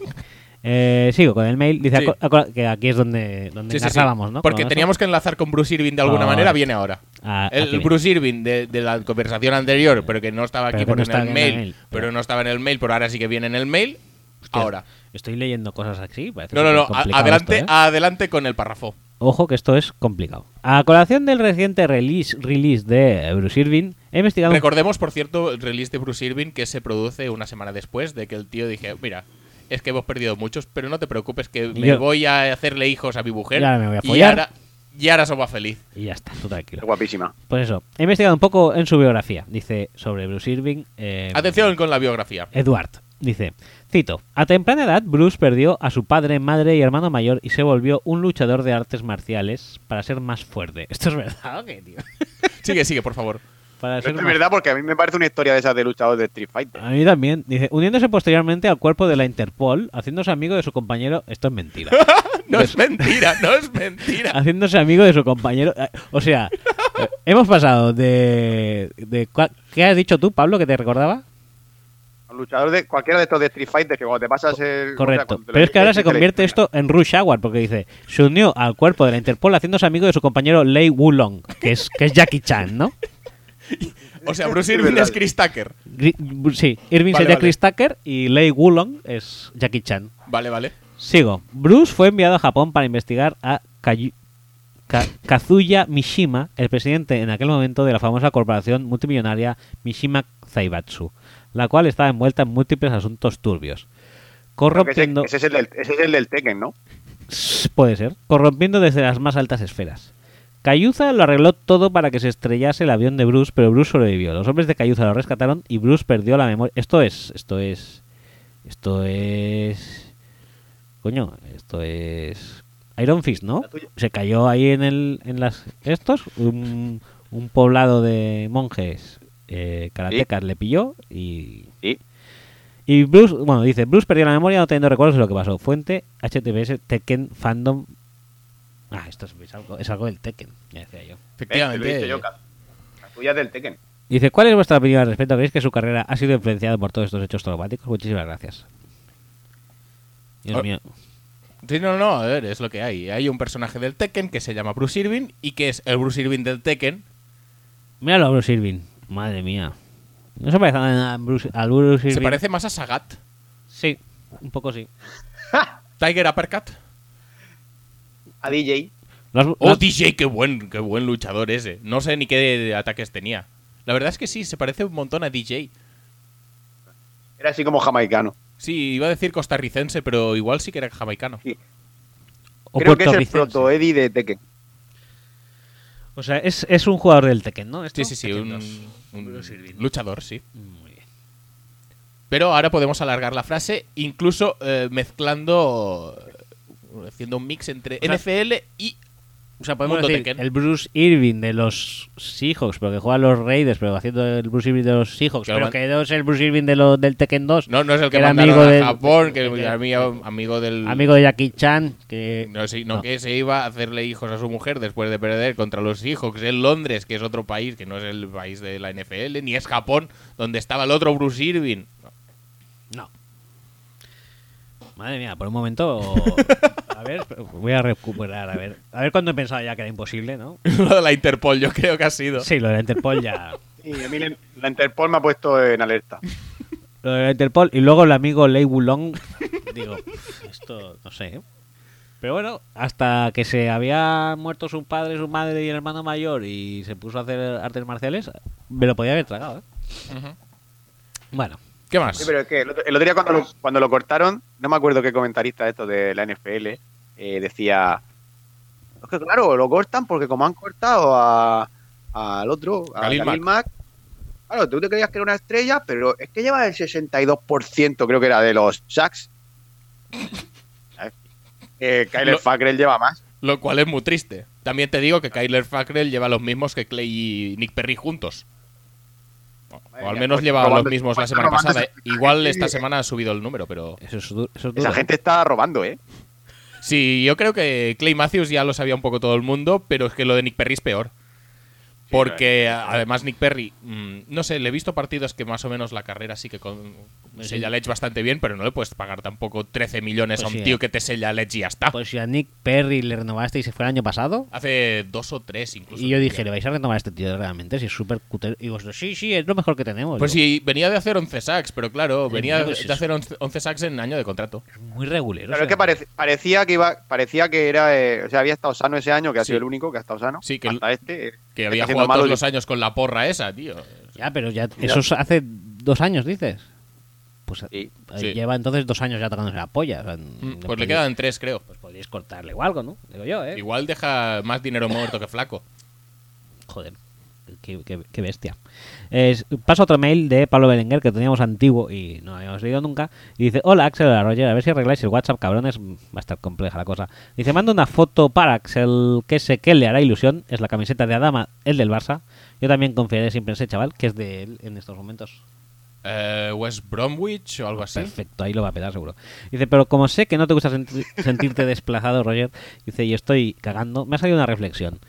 Eh, sigo con el mail. Dice
Sí.
aco- aco- que aquí es donde, donde
Sí, sí, sí.
enlazábamos, ¿no?
Porque
Con
teníamos que enlazar con Bruce Irving de alguna
Con-
manera, viene ahora.
eso. Ah, aquí
El
viene.
Bruce Irving de, de la conversación anterior, pero que no estaba
Pero
aquí
que no
porque en
estaba
el
en el
mail,
mail.
pero no estaba en el mail, pero ahora sí que viene en el mail.
Hostia,
Ahora.
Estoy leyendo cosas así. parece
No, no,
que
no.
es
a-
complicado
Adelante,
esto, ¿eh?
adelante con el párrafo.
Ojo que esto es complicado. A colación del reciente release, release de Bruce Irving, he investigado... un-
Recordemos, por cierto, el release de Bruce Irving que se produce una semana después de que el tío dije, mira, es que hemos perdido muchos, pero no te preocupes que me
Yo-
voy a hacerle hijos a mi mujer.
Y ahora me voy a
y
follar".
ahora- y ahora somos feliz.
Y ya está, tú tranquilo.
Guapísima.
Pues eso, he investigado un poco en su biografía. Dice sobre Bruce Irving... eh,
Atención con la biografía.
Edward dice, cito, a temprana edad Bruce perdió a su padre, madre y hermano mayor y se volvió un luchador de artes marciales para ser más fuerte. *laughs* Esto es verdad, ¿o qué, tío?
Sigue, sigue, por
*laughs*
favor.
Para
Pero
ser
esto es
más-
verdad porque a mí me parece una historia de esas de luchadores de Street Fighter.
A mí también. Dice, uniéndose posteriormente al cuerpo de la Interpol, haciéndose amigo de su compañero... Esto es
*laughs*
mentira.
No es mentira, no es mentira.
haciéndose amigo de su compañero. Eh, O sea, eh, hemos pasado de, de cua- ¿Qué has dicho tú, Pablo, que te recordaba?
Un luchador de cualquiera de estos de Street Fighter que cuando te pasas el.
Correcto. Pero es que ahora se convierte esto en Rush Hour, porque dice, se unió al cuerpo de la Interpol haciéndose amigo de su compañero Lei Wulong, que es, que es Jackie Chan, ¿no?
O sea,
Es
Bruce Irving
verdad.
es Chris Tucker.
Gri- Sí, Irving
Vale,
sería
vale.
Chris Tucker y Lei Wulong es Jackie Chan.
Vale, vale.
Sigo. Bruce fue enviado a Japón para investigar a Kayu- Ka- Kazuya Mishima, el presidente en aquel momento de la famosa corporación multimillonaria Mishima Zaibatsu, la cual estaba envuelta en múltiples asuntos turbios.
Ese,
Corrompiendo,
ese es el del, ese es el del Tekken, ¿no?
puede ser, corrompiendo desde las más altas esferas. Cayuza lo arregló todo para que se estrellase el avión de Bruce, pero Bruce sobrevivió. Los hombres de Cayuza lo rescataron y Bruce perdió la memoria. Esto es, esto es, esto es, coño, esto es Iron Fist, ¿no? Se cayó ahí en el, en las estos, un, un poblado de monjes eh, karatecas le pilló y
Sí.
y Bruce, bueno, dice, Bruce perdió la memoria no teniendo recuerdos de lo que pasó. Fuente, HTTPS, Tekken, Fandom... Ah, esto es, es algo, es algo del Tekken, ya decía yo.
Eh, te lo he dicho
Efectivamente.
yo, Kaz. La tuya es del Tekken.
Dice, ¿cuál es vuestra opinión al respecto? ¿Creéis que su carrera ha sido influenciada por todos estos hechos traumáticos? Muchísimas gracias. Dios
Ah.
Oh.
mío.
Sí, no, no, a ver, es lo que hay. Hay un personaje del Tekken que se llama Bruce Irving y que es el Bruce Irving del Tekken.
Míralo a Bruce Irving. Madre mía. ¿No se parece nada a Bruce, al Bruce Irving?
Se parece más a Sagat.
Sí, un poco sí.
Tiger Uppercut.
A DJ.
¿Lo has- lo
Oh,
has-
DJ, qué buen, qué buen luchador ese. No sé ni qué ataques tenía. La verdad es que sí, se parece un montón a DJ.
Era así como jamaicano.
Sí, iba a decir costarricense, pero igual sí que era jamaicano.
o
Creo que es el
puertorricense.
proto eh. Eddie de Tekken.
O sea, es, es un jugador del Tekken, ¿no? ¿Esto?
Sí, sí, sí,
Tekken
un,
2.
un
Bruce Irving.
luchador, sí.
Muy bien.
Pero ahora podemos alargar la frase, incluso eh, mezclando, eh, haciendo un mix entre
sea,
NFL y
O sea, podemos
Mundo
decir
Tekken.
el Bruce Irving de los Seahawks, porque juega a los Raiders, pero haciendo el Bruce Irving de los Seahawks,
Claro,
pero
man.
que no es el Bruce Irving de los del Tekken 2,
No, no es el que
Era
mandaron
amigo
a
del-
Japón, que
del-
era amigo, amigo del...
amigo de Jackie Chan, que
no, sí, no,
no.
que se iba a hacerle hijos a su mujer después de perder contra los Seahawks en Londres, que es otro país, que no es el país de la NFL, ni es Japón, donde estaba el otro Bruce Irving. *laughs*
no. Madre mía, por un
*laughs*
momento a ver, voy a recuperar, a ver. A ver cuando he pensado ya que era imposible, ¿no?
Lo de la Interpol, yo creo que ha sido.
Sí, lo de la Interpol ya.
Y a mí la- la Interpol me ha puesto en alerta.
Lo de la Interpol y luego el amigo Lei Wulong, *laughs* digo, esto no sé. ¿eh? Pero bueno, hasta que se había muerto su padre, su madre y el hermano mayor y se puso a hacer artes marciales, me lo podía haber tragado. ¿eh?
Ujú.
Bueno,
¿Qué más?
Sí, pero es que el otro, el otro día cuando lo, cuando lo cortaron, no me acuerdo qué comentarista de esto de la NFL eh, decía. Es que claro, lo cortan porque como han cortado a- al otro, a
Khalil
Khalil
Mack.
Mack, claro, tú te creías que era una estrella, pero es que lleva el 62%, creo que era, de los sacks. ¿Sabes? *laughs* Eh, Kyler
Lo-
Fackrell lleva más.
Lo cual es muy triste. También te digo que Kyler Fackrell lleva los mismos que Clay y Nick Perry juntos. O, o al menos lleva los
Robando-
mismos la semana
robando-
pasada. Igual esta semana ha subido el número, pero...
eso es, du- eso es duro.
Esa gente está robando, ¿eh?
Sí, yo creo que Clay Matthews ya lo sabía un poco todo el mundo, pero es que lo de Nick Perry es peor.
Sí,
Porque a- además Nick Perry, mm, no sé, le he visto partidos que más o menos la carrera sí que con,
Pues
sella
sí.
Ledge bastante bien, pero no le puedes pagar tampoco 13 millones
Pues
a un
sí.
tío que te sella Ledge y ya
ah.
está.
Pues si a Nick Perry le renovaste y se fue el año pasado.
Hace dos o tres incluso.
Y yo
diría.
dije, ¿le vais a renovar a este tío realmente? Si es súper cutre. Y vosotros, sí, sí, es lo mejor que tenemos.
Pues
Yo,
sí, venía de hacer 11 sacks, pero claro,
Sí,
venía
pues
de
eso.
hacer 11 11 sacks en año de contrato.
Es muy regular.
Claro, es que parec- parecía que iba, parecía que era, eh, o sea, había estado sano ese año, que ha
Sí.
sido el único que ha estado sano.
Sí, que-
hasta este. eh,
Que
está
había
haciendo
jugado todos
malos-
los años con la porra esa, tío.
Ya, pero ya, eso es hace dos años, dices. Pues
Sí,
eh,
sí.
lleva entonces dos años ya tocándose la polla. o sea,
Mm,
no
Pues le
podéis-
quedan tres, creo.
Pues podríais cortarle o algo, ¿no? Digo yo, ¿eh?
Igual deja más dinero muerto que flaco.
Joder, qué, qué- qué bestia. Es- paso otro mail de Pablo Berenguer que teníamos antiguo y no habíamos leído nunca. Y dice: Hola Axel, hola Roger, a ver si arregláis el WhatsApp, cabrones. Mm, Va a estar compleja la cosa. Dice: Manda una foto para Axel que sé que le hará ilusión. Es la camiseta de Adama, el del Barça. Yo también confiaré siempre en ese chaval, que es de él en estos momentos.
Eh, West Bromwich o algo así.
Perfecto, ahí lo va a pegar seguro. Dice, pero como sé que no te gusta senti-
*laughs*
sentirte desplazado, Roger, dice, y estoy cagando, me ha salido una reflexión.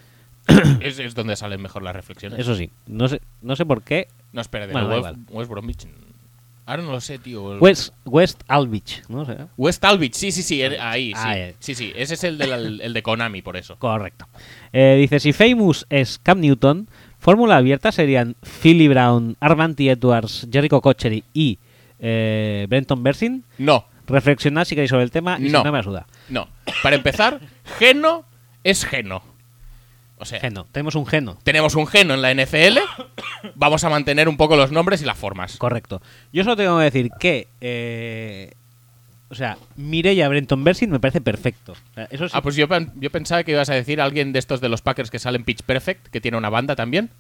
Es, es donde salen mejor las reflexiones.
Eso sí, no sé, no sé por qué.
No, espera, de
Bueno, da
West, West Bromwich. Ahora no lo sé, tío. El-
West, West Alvich, ¿no? ¿Será?
West Alvich, sí, sí, sí, er- ahí, sí.
Ah, eh.
Sí, sí, ese es el, de la- el de Konami, por eso.
Correcto. Eh, dice, si Famous es Cam Newton, fórmula abierta serían Philly Brown, Armanti Edwards, Jericho Cocheri y eh, Brenton Bersin.
No,
Reflexionad si queréis sobre el tema y si
No.
no me ayuda.
no. Para empezar, Geno es Geno. O sea,
Geno, tenemos un geno.
tenemos un Geno en la NFL. Vamos a mantener un poco los nombres y las formas.
Correcto. Yo solo tengo que decir que. eh, o sea, Mireya Brenton Bersin me parece perfecto. O sea, eso sí.
Ah, pues yo, pen- yo pensaba que ibas a decir alguien de estos de los Packers que salen Pitch Perfect, que tiene una banda también.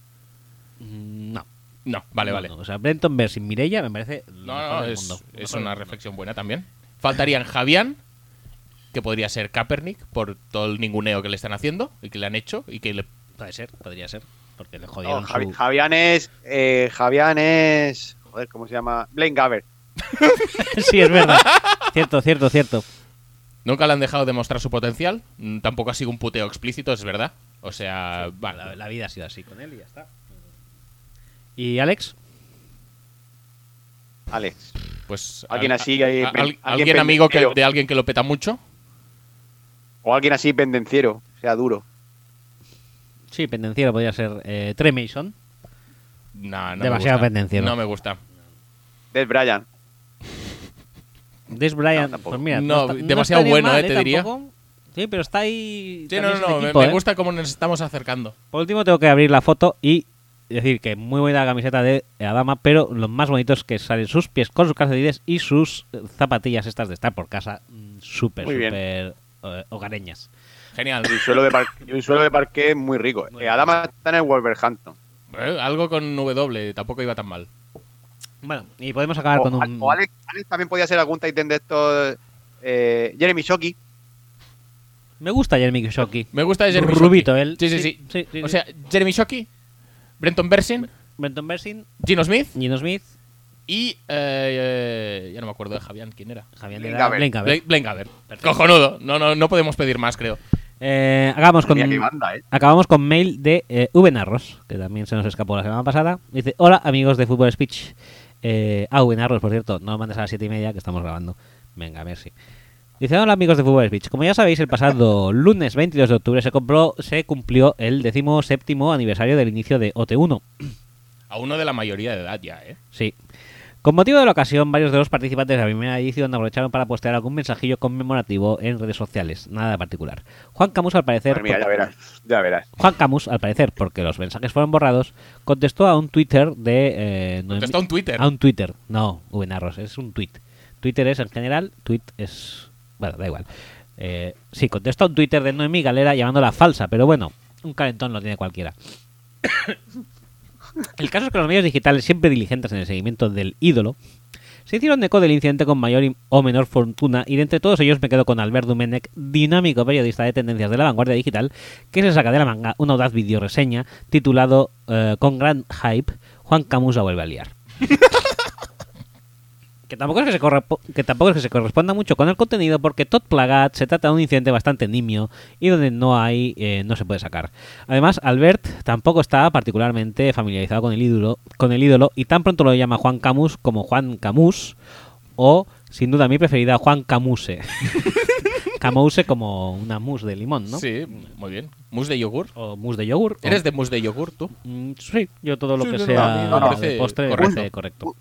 mm, no.
No, vale,
No,
vale.
no. O sea, Brenton Bersin, Mireya me parece. lo
No,
mejor
no,
del
es,
mundo. Lo mejor
es una
del mundo.
reflexión buena también. Faltarían Javián, que podría ser Kaepernick, por todo el ninguneo que le están haciendo y que le han hecho. y que le-
Puede ser, podría ser. Porque le
No,
jodieron.
Oh, Javi-
su-
Javián es. eh, Javián es. Joder, ¿cómo se llama? Blaine Gabbert.
*laughs* sí, es
*laughs*
verdad. cierto, cierto, cierto.
Nunca le han dejado demostrar su potencial. Mm, Tampoco ha sido un puteo explícito, es verdad. O sea, va-
La, la vida ha sido así con él y ya está. ¿Y Alex?
Alex.
pues.
Alguien así, ahí,
al-
pen-
alguien,
alguien
amigo que,
pendenciero.
de alguien que lo peta mucho.
O alguien así pendenciero. O sea, duro.
Sí, pendenciero podría ser eh, Trey Mason.
No, no
Demasiado
me gusta.
pendenciero.
No me gusta.
Des Bryan.
Des Bryant,
No, tampoco.
pues mira,
No,
está-
demasiado
estaría
bueno,
mal,
eh, te diría.
tampoco. Sí, pero está ahí.
Sí,
también
no, no,
es de
no, me-
equipo,
me,
eh.
gusta cómo nos estamos acercando.
Por último, tengo que abrir la foto y decir que muy buena la camiseta de Adama, pero lo más bonito es que salen sus pies con sus calcetines y sus eh, zapatillas estas de estar por casa, mm, súper,
Muy bien.
súper eh, hogareñas.
Genial.
Y un suelo de, par y un suelo de parqué muy rico.
Muy
Eh, Adama
rico.
está en el Wolverhampton.
Eh, Algo con W, tampoco iba tan mal.
Bueno, y podemos acabar
O,
Ah, con un.
o Alex, Alex también podía ser algún Titan de estos. eh, Jeremy Shockey.
Pues Me gusta Jeremy Kishocki.
Me gusta Jeremy Shockey.
Rubito, él.
Sí, sí, sí. O sea, Jeremy Shockey, Brenton Bersin,
Brenton Bersin,
Gino Smith
Gino Smith,
y. eh, eh, ya no me acuerdo de Javián, ¿quién era?
Javier
Blaine
Leda,
Gabbert.
Blaine Gabbert.
Bla- Blaine Gabbert. Cojonudo. No, no, no podemos pedir más, creo.
Eh, hagamos con.
Mira qué banda, ¿eh?
Acabamos con mail de eh, V. Narros, que también se nos escapó la semana pasada. Dice, hola amigos de Fútbol Speech. Eh, ah, V. Narros, por cierto, no lo mandes a las siete y media que estamos grabando. Venga, merci. Dice, hola amigos de Fútbol Speech. Como ya sabéis, el pasado *laughs* lunes 22 de octubre se, compró, se cumplió el séptimo aniversario del inicio de OT1.
A uno de la mayoría de edad ya, ¿eh?
Sí. Con motivo de la ocasión, varios de los participantes de la primera edición aprovecharon para postear algún mensajillo conmemorativo en redes sociales, nada de particular. Juan Camus, al parecer,
Madre mía, Pues ya verás. Ya verás.
Juan Camus, al parecer, porque los mensajes fueron borrados, contestó a un Twitter de... eh, Noemí-
Contestó un Twitter.
A un Twitter. No, Ubenarros, es un tweet. Twitter es en general, tweet es... Bueno, da igual. Eh, sí, contestó a un Twitter de Noemí Galera llamándola falsa, pero bueno, un calentón lo tiene cualquiera. *coughs* El caso es que los medios digitales, siempre diligentes en el seguimiento del ídolo, se hicieron eco del incidente con mayor im- o menor fortuna y de entre todos ellos me quedo con Albert Dumenec, dinámico periodista de tendencias de la vanguardia digital, que se saca de la manga una audaz videoreseña titulado eh, con gran hype Juan Camus la vuelve a liar. Que tampoco, es que, se correpo- que tampoco es que se corresponda mucho con el contenido, porque Todd Plagat se trata de un incidente bastante nimio y donde no hay, eh, no se puede sacar. Además, Albert tampoco está particularmente familiarizado con el ídolo, con el ídolo y tan pronto lo llama Juan Camus como Juan Camus o, sin duda mi preferida, Juan Camuse. Camuse como una mousse de limón, ¿no?
Sí, muy bien. Mousse de yogur.
O mousse de yogur. o-
¿Eres de mousse de yogur tú?
Mm, sí, yo todo lo
Sí,
que
no,
no, a
sea
mí no me
de
parece
postre me
correcto.
parece correcto.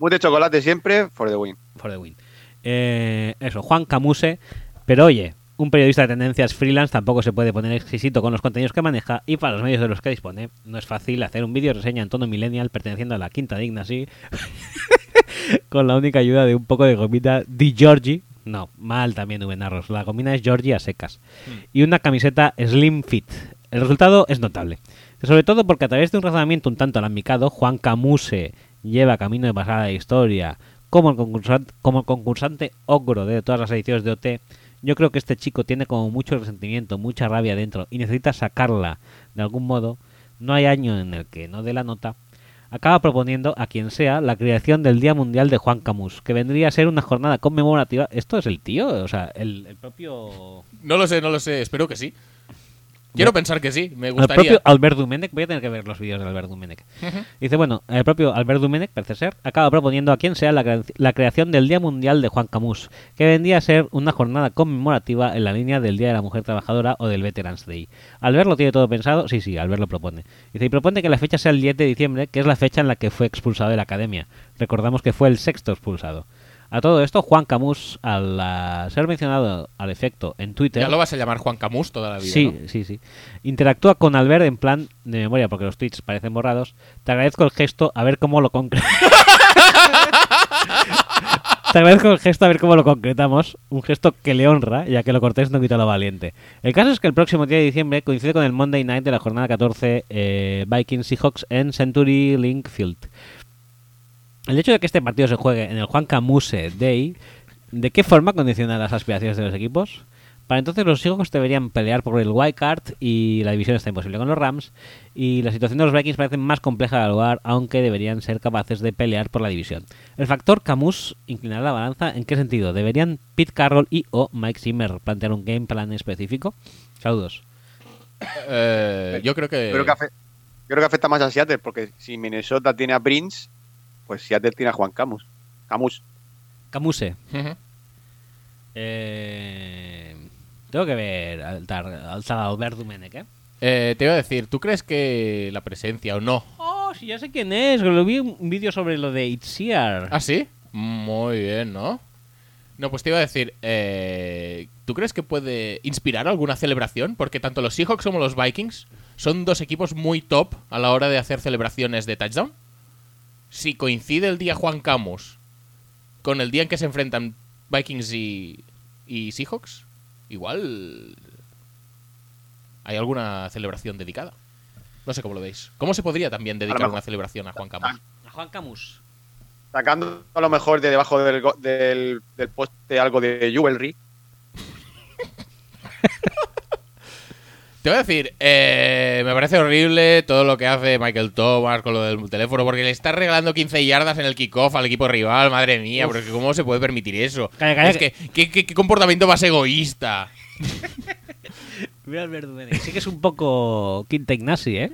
Mousse de chocolate siempre, for the win.
For the win. Eh, eso, Juan Camuse. Pero oye, un periodista de tendencias freelance tampoco se puede poner exquisito con los contenidos que maneja y para los medios de los que dispone. No es fácil hacer un vídeo reseña en tono millennial perteneciendo a la quinta digna, sí. *laughs* con la única ayuda de un poco de gomita Di Giorgi. No, mal también, Narros. La gomina es Giorgi a secas. Y una camiseta Slim Fit. El resultado es notable. Sobre todo porque a través de un razonamiento un tanto alambicado, Juan Camuse lleva camino de pasar a la historia como el, concursante, como el concursante ogro de todas las ediciones de OT. Yo creo que este chico tiene como mucho resentimiento, mucha rabia dentro y necesita sacarla de algún modo. No hay año en el que no dé la nota acaba proponiendo a quien sea la creación del Día Mundial de Juan Camus, que vendría a ser una jornada conmemorativa. ¿Esto es el tío? O sea, el, el propio.
No lo sé, no lo sé. Espero que sí. Quiero pensar que sí. Me
El propio
gustaría.
Albert Dumenec, voy a tener que ver los vídeos de Albert Dumenec.
*laughs*
Dice, bueno, el propio Albert Dumenec, parece ser, acaba proponiendo a quien sea la, cre- la creación del Día Mundial de Juan Camus, que vendría a ser una jornada conmemorativa en la línea del Día de la Mujer Trabajadora o del Veterans Day. Albert lo tiene todo pensado, sí, sí, Albert lo propone. Dice, y propone que la fecha sea el 10 de diciembre, que es la fecha en la que fue expulsado de la academia. Recordamos que fue el sexto expulsado. A todo esto, Juan Camus, al ah, ser mencionado al efecto en Twitter,
Ya lo vas a llamar Juan Camus toda la vida.
Sí,
¿no?
sí, sí. Interactúa con Albert en plan de memoria, porque los tweets parecen borrados. Te agradezco el gesto, a ver cómo lo concretamos. *laughs* Te agradezco el gesto, a ver cómo lo concretamos. Un gesto que le honra, ya que lo cortés no quita lo valiente. El caso es que el próximo día de diciembre coincide con el Monday Night de la jornada 14 eh, Vikings Seahawks en Century Link Field. El hecho de que este partido se juegue en el Juan Camuse Day, ¿de qué forma condiciona las aspiraciones de los equipos? Para entonces los Seahawks deberían pelear por el wild card y la división está imposible con los Rams y la situación de los Vikings parece más compleja de lugar, aunque deberían ser capaces de pelear por la división. El factor Camus inclinará la balanza en qué sentido? ¿Deberían Pete Carroll y o Mike Zimmer plantear un game plan específico? Saludos.
Eh, yo creo que.
Creo, que afe- creo que afecta más a Seattle, porque si Minnesota tiene a Prince, pues Seattle tiene a Juan Camus. Camus.
Camuse.
Ujú.
Eh, tengo que ver al tar- al Albert Dumenech, ¿eh?
Eh, te iba a decir, ¿tú crees que la presencia o no?
Oh, sí, ya sé quién es. Lo vi en un vídeo sobre lo de Itziar.
¿Ah, sí? Muy bien, ¿no? No, pues te iba a decir, eh, ¿tú crees que puede inspirar alguna celebración? Porque tanto los Seahawks como los Vikings son dos equipos muy top a la hora de hacer celebraciones de touchdown. Si coincide el día Juan Camus con el día en que se enfrentan Vikings y, y Seahawks, igual hay alguna celebración dedicada. No sé cómo lo veis. ¿Cómo se podría también dedicar
mejor-
una celebración a Juan Camus?
A Juan Camus.
Sacando a lo mejor de debajo del, go- del, del poste algo de Jewelry.
Te voy a decir, eh, me parece horrible todo lo que hace Michael Thomas con lo del teléfono, porque le está regalando 15 yardas en el kickoff al equipo rival, madre mía, pero es que ¿cómo se puede permitir eso?
Calla, calla,
es que, ¿qué, qué- qué comportamiento más egoísta?
Mira Albert Dumenech. Sí que es un poco Quinta Ignasi, ¿eh?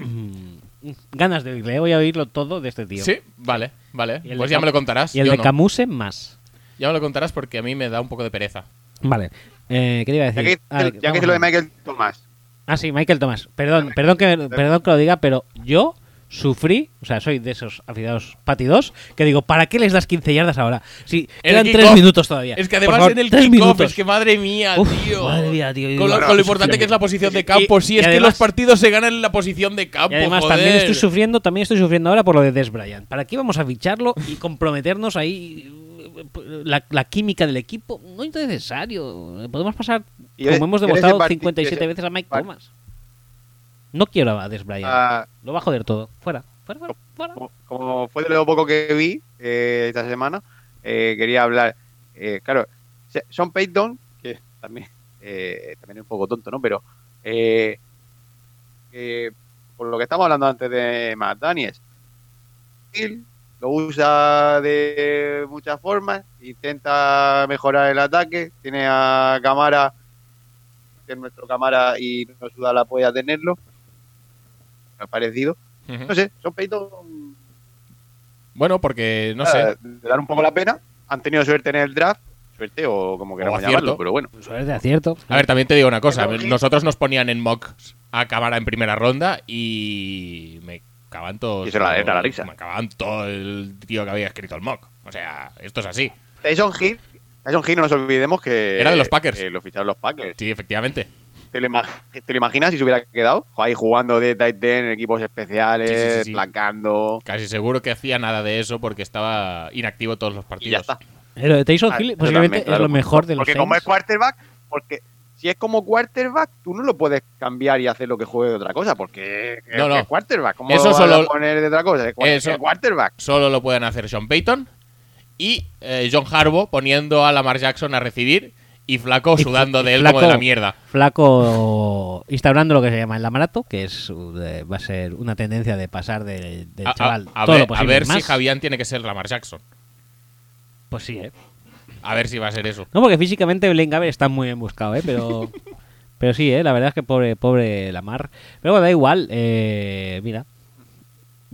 Mm, Ganas de oírle. ¿eh? Voy a oírlo todo de este tío.
Sí, vale, vale.
Y el
Pues
de
ya me lo
Cam-
contarás.
Y el
yo
de
no.
Camuse más.
Ya me lo contarás porque a mí me da un poco de pereza.
Vale. Eh, ¿Qué te iba a
Ya
decir?
que,
Ah,
ya que
vamos
dice lo
a ver.
de Michael Thomas.
Ah, sí, Michael Thomas. Perdón, perdón que, perdón que lo diga, pero yo sufrí, o sea, soy de esos aficionados patidos, que digo, ¿para qué les das 15 yardas ahora? Sí,
El
quedan
kickoff.
3 minutos todavía.
Es que
Por
además
favor,
en el
tres
kickoff,
minutos.
es que madre mía,
Uf,
tío.
madre mía, tío, yo
Con lo,
digo,
con lo
sí,
importante
sí,
que es la posición de
y-
campo. Sí,
y
es que
además-
los partidos se ganan en la posición de campo.
Y además
Ah, pues joder.
también estoy sufriendo, también estoy sufriendo ahora por lo de Des Bryant. ¿Para qué vamos a ficharlo y comprometernos ahí eh, la, la química del equipo? No es necesario. Podemos pasar,
Y eres-
como hemos
y eres
demostrado,
de parti-
57
eres-
veces a Mike
Vale.
Thomas. No quiero a Des Bryant.
Ah,
Lo va a joder todo. Fuera, fuera, fuera, fuera.
como, como fue de lo poco que vi eh, esta semana, eh, quería hablar. eh, claro, se- Sean Payton, que también, *laughs* eh, también es un poco tonto, ¿no? Pero eh, eh, por lo que estamos hablando antes de Matt Daniels, él lo usa de muchas formas, intenta mejorar el ataque, tiene a Camara, que es nuestro Camara y nos suda la polla tenerlo, me ha parecido. No sé, son peditos
Bueno, porque no
Ah,
sé.
Eh, de dar un poco la pena, han tenido suerte en el draft, suerte o como queramos
acierto.
llamarlo, pero bueno.
Suerte, acierto.
A ver, también te digo una cosa.
Pero-
Nosotros nos ponían en mocks a Cámara en primera ronda y me acaban todos.
Y se la- era la risa.
Me acaban todo el tío que había escrito el mock. O sea, esto es así.
Tyson Hill, Tyson Hill no nos olvidemos que...
Era de los Packers.
que lo ficharon los Packers.
Sí, efectivamente.
¿Te lo, ima- te lo imaginas si se hubiera quedado? Ahí jugando de tight end en equipos especiales,
Sí, sí, sí, sí.
placando.
Casi seguro que hacía nada de eso porque estaba inactivo todos los
Y ya
partidos.
está.
Pero Tyson
Ah,
Hill
yo
posiblemente
también, claro,
es lo mejor de los
Porque como es
Saints.
quarterback, porque si es como quarterback, tú no lo puedes cambiar y hacer lo que juegue de otra cosa, porque es-
No, no.
es quarterback. ¿Cómo
Eso
lo vas
solo-
a poner de otra cosa? Es cua-
Eso-
es quarterback.
Solo lo pueden hacer Sean Payton y eh, John Harbaugh poniendo a Lamar Jackson a recibir y Flaco
Y-
sudando de él
Flaco-
como de la mierda.
Flaco instaurando lo que se llama el lamarato, que es eh, va a ser una tendencia de pasar del del
A, a-
Eh, chaval
a
todo
ver,
lo posible
a ver
y más.
si Javián tiene que ser Lamar Jackson.
Pues sí, ¿eh?
A ver si va a ser eso.
No, porque físicamente Blaine Gabbert está muy bien buscado, ¿eh? Pero, pero sí, ¿eh? La verdad es que pobre, pobre Lamar. Pero bueno, da igual. eh, mira.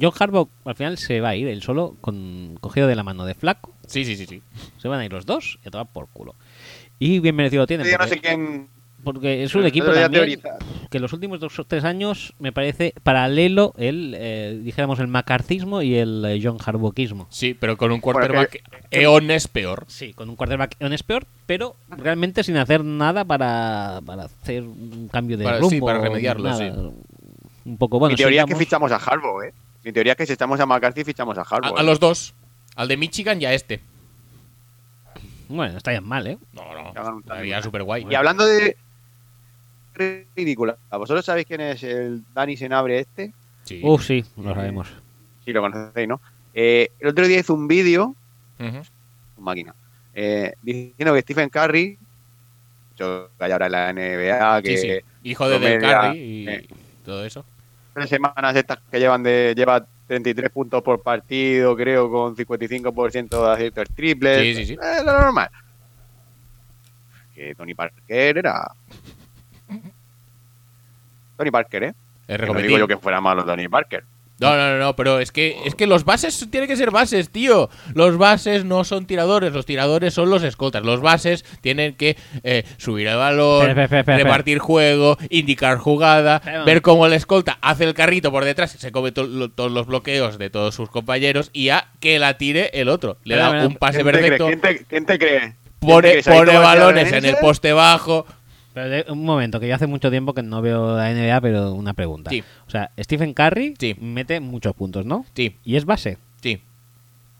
John Harbaugh al final se va a ir él solo con cogido de la mano de Flaco.
Sí, sí, sí, sí.
Se van a ir los dos y a tomar por culo. Y bien merecido lo tienen.
Yo no
Porque,
sé quién.
porque es un
el
equipo
otro día
también
teoriza.
que los últimos dos o tres años me parece paralelo el, eh, dijéramos, el macarcismo y el eh, John Harbaughquismo.
Sí, pero con un quarterback Eon es peor.
Sí, con un quarterback en es peor, pero realmente sin hacer nada para, para hacer un cambio de
Para-
rumbo.
sí, para remediarlo,
nada.
sí.
Un poco bueno.
Mi teoría es que
sigamos.
fichamos a Harbaugh, ¿eh? Mi teoría es que si estamos a McCarthy, fichamos a
A,
Harbaugh.
a
¿eh?
los dos. Al de Michigan y a este.
Bueno, está bien mal, ¿eh?
No,
Que hagan un
no.
tandem.
Sería súper guay.
Y hablando de. Ridícula. ¿A ¿Vosotros sabéis quién es el Dani Senabre este?
Sí.
Uf, sí, lo sabemos.
Sí, lo conocéis, ¿no? Eh, el otro día hizo un vídeo
Ujú.
máquina. Eh, diciendo que Stephen Curry, yo que hay ahora en la NBA, que
Sí, sí. Hijo de Del
comedia,
Curry y
eh.
todo eso.
tres semanas estas que llevan de lleva 33 puntos por partido, creo, con 55% de acierto el triple.
Sí, sí, sí.
Eh, lo normal. Que Tony Parker era. Tony Parker, ¿eh?
Es
Que No
repetir.
digo yo que fuera malo Tony Parker.
No, no, no, no, pero es que, es que los bases tienen que ser bases, tío. Los bases no son tiradores, los tiradores son los escoltas. Los bases tienen que eh, subir el balón,
Espera, espera, espera,
repartir juego, indicar jugada,
Espera.
ver cómo el escolta hace el carrito por detrás, se come to- lo- todos los bloqueos de todos sus compañeros y a que la tire el otro. Le
Espera,
da
espera.
un pase
¿Quién te cree?
perfecto,
¿Quién te, quién te cree? ¿Quién te
pone,
cree? ¿Sabéis
pone
cómo va a quedar
balones en el
ese?
poste bajo.
Pero de- un momento, que yo hace mucho tiempo que no veo la NBA, pero una pregunta.
Sí.
O sea, Stephen Curry
Sí.
mete muchos puntos, ¿no?
Sí,
Y es base.
sí.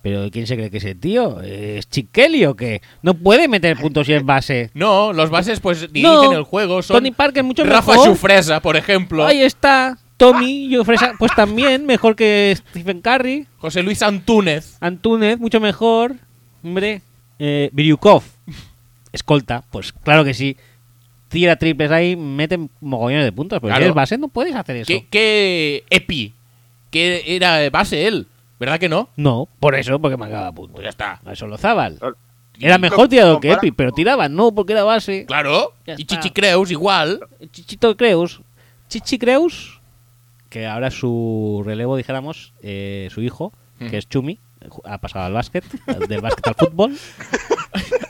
Pero ¿quién se cree que ese tío? ¿Es Chiquelli o qué? No puede meter puntos si es base.
No, los bases pues dirigen
No,
el juego. Son
Tony Parker mucho
Rafa
mejor.
Sufresa, por ejemplo.
Ahí está. Tommy, yo fresa, pues también, mejor que Stephen Curry.
José Luis Antúnez.
Antúnez, mucho mejor. Hombre, eh, Biryukov, escolta, pues claro que sí. Tira triples ahí, meten mogollones de puntos. Pero
Claro.
si eres base, no puedes hacer eso.
¿Qué, qué epi? ¿Qué era de base él? ¿Verdad que no?
No, por eso, porque marcaba puntos.
Pues ya está.
Eso lo Zabal.
Claro.
Era mejor tirador que
Compara-
Epi, pero tiraba, no, porque era base.
Claro.
Ya
y
está.
Chichi Creus igual.
Chichito Creus. Chichi Creus, que ahora su relevo, dijéramos, eh, su hijo,
Hmm.
que es Chumi, ju- ha pasado al básquet, del básquet al
*laughs*
fútbol.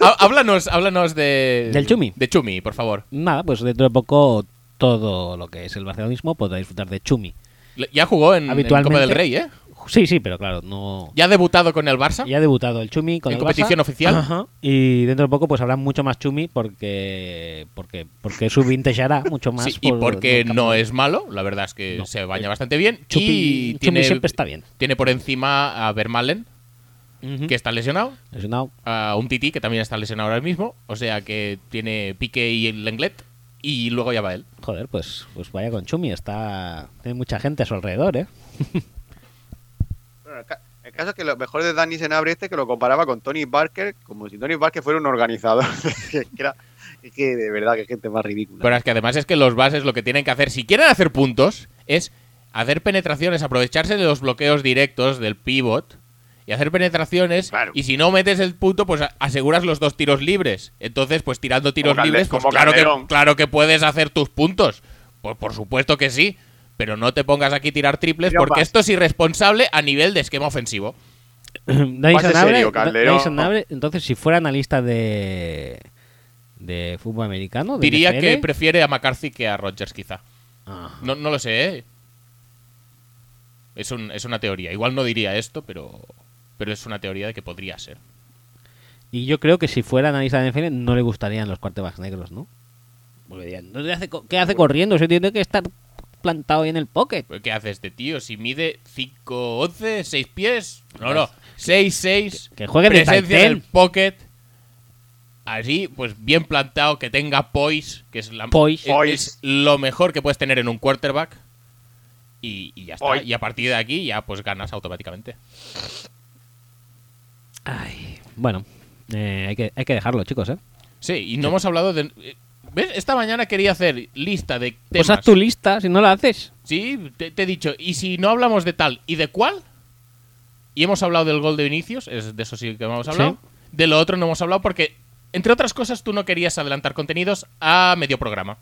Há- Háblanos, háblanos de...
Del Chumi.
De Chumi, por favor.
Nada, pues dentro de poco todo lo que es el barcelonismo podrá disfrutar de Chumi.
Le- Ya jugó en, en
Habitualmente-
Copa del Rey, ¿eh?
Sí, sí, pero claro, no...
Ya ha debutado con el Barça.
Ya ha debutado el Chumi con
¿En
el Barça.
competición oficial?
Ajá. Y dentro de poco pues habrá mucho más Chumi porque porque porque su vintage hará mucho más.
Sí, y
por-
porque
por campo.
no es malo, la verdad es que
No.
se baña bastante bien.
Chupi,
y
Chumi
tiene,
siempre está bien.
tiene por encima a Vermalen,
Ujú.
que está lesionado,
Lesionado.
a un Titi, que también está lesionado ahora mismo, o sea que tiene Pique y el Lenglet, y luego ya va él.
Joder, pues, pues vaya con Chumi, está. Tiene mucha gente a su alrededor, ¿eh? *clears throat*
Bueno, el ca- el caso es que lo mejor de Danny Senabre este que lo comparaba con Tony Parker, como si Tony Parker fuera un organizador. *laughs* que era- es que de verdad, que gente más ridícula.
Pero es que además es que los bases lo que tienen que hacer, si quieren hacer puntos, es hacer penetraciones, aprovecharse de los bloqueos directos del pivot y hacer penetraciones.
Claro.
Y si no metes el punto, pues a- aseguras los dos tiros libres. Entonces, pues tirando tiros
Calde-
libres, pues
como
claro que,
Calderón.
claro que puedes hacer tus puntos. Pues por supuesto que sí. Pero no te pongas aquí a tirar triples
Mira,
porque
pas-
esto es irresponsable a nivel de esquema ofensivo.
Dani
Pase
Sanabria-
serio, Calderón.
Dani Sanabria, entonces, si fuera analista de, de fútbol americano, de
Diría
NFL,
que prefiere a McCarthy que a Rodgers, quizá.
Ah,
No, no lo sé, ¿eh? Es, un- es una teoría. Igual no diría esto, pero, pero es una teoría de que podría ser.
Y yo creo que si fuera analista de NFL, no le gustarían los quarterbacks negros, ¿no? Porque dirían, "¿No te hace co- ¿qué hace corriendo? Se tiene que estar plantado ahí en el pocket.
¿Pero ¿Qué hace este tío? Si mide 5, 11, 6 pies. No, no. 6, 6.
que juegue de tight
presencia
end.
en el pocket. Así, pues bien plantado, que tenga poise, que es, la,
Poise.
es-
Poise.
es lo mejor que puedes tener en un quarterback. Y, y ya está.
Poise.
Y a partir de aquí ya pues ganas automáticamente.
Ay, bueno, eh, hay, que, hay que dejarlo, chicos, ¿eh?
Sí, y no hemos hablado de... eh, ¿Ves? Esta mañana quería hacer lista de
Pues
temas.
haz tu lista, si no la haces.
Sí, te, te he dicho, y si no hablamos de tal y de cuál, y hemos hablado del gol de Vinicius, es de eso sí que hemos hablado, de lo otro no hemos hablado porque, entre otras cosas, tú no querías adelantar contenidos a medio programa.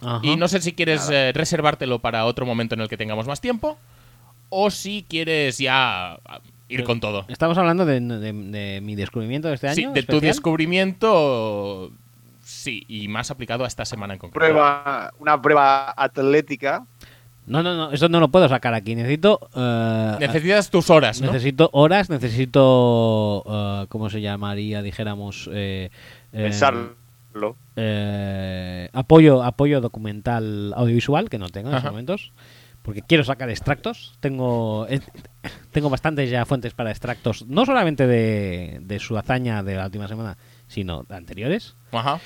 Ajá.
Y no sé si quieres eh, reservártelo para otro momento en el que tengamos más tiempo, o si quieres ya ah, ir con todo.
Estamos hablando de, de- de mi descubrimiento de este año.
Sí, de tu
especial.
descubrimiento, sí, y más aplicado a esta semana en concreto.
Prueba, una prueba atlética.
No, no, no, eso no lo puedo sacar aquí. Necesito. eh,
Necesitas tus horas, ¿no?
Necesito horas, necesito. eh, ¿Cómo se llamaría? Dijéramos. eh, eh,
Pensarlo.
eh, apoyo, apoyo documental audiovisual, que no tengo en
Ajá.
estos momentos. Porque quiero sacar extractos. Tengo. eh, tengo bastantes ya fuentes para extractos. No solamente de, de su hazaña de la última semana, sino de anteriores.
Ajá.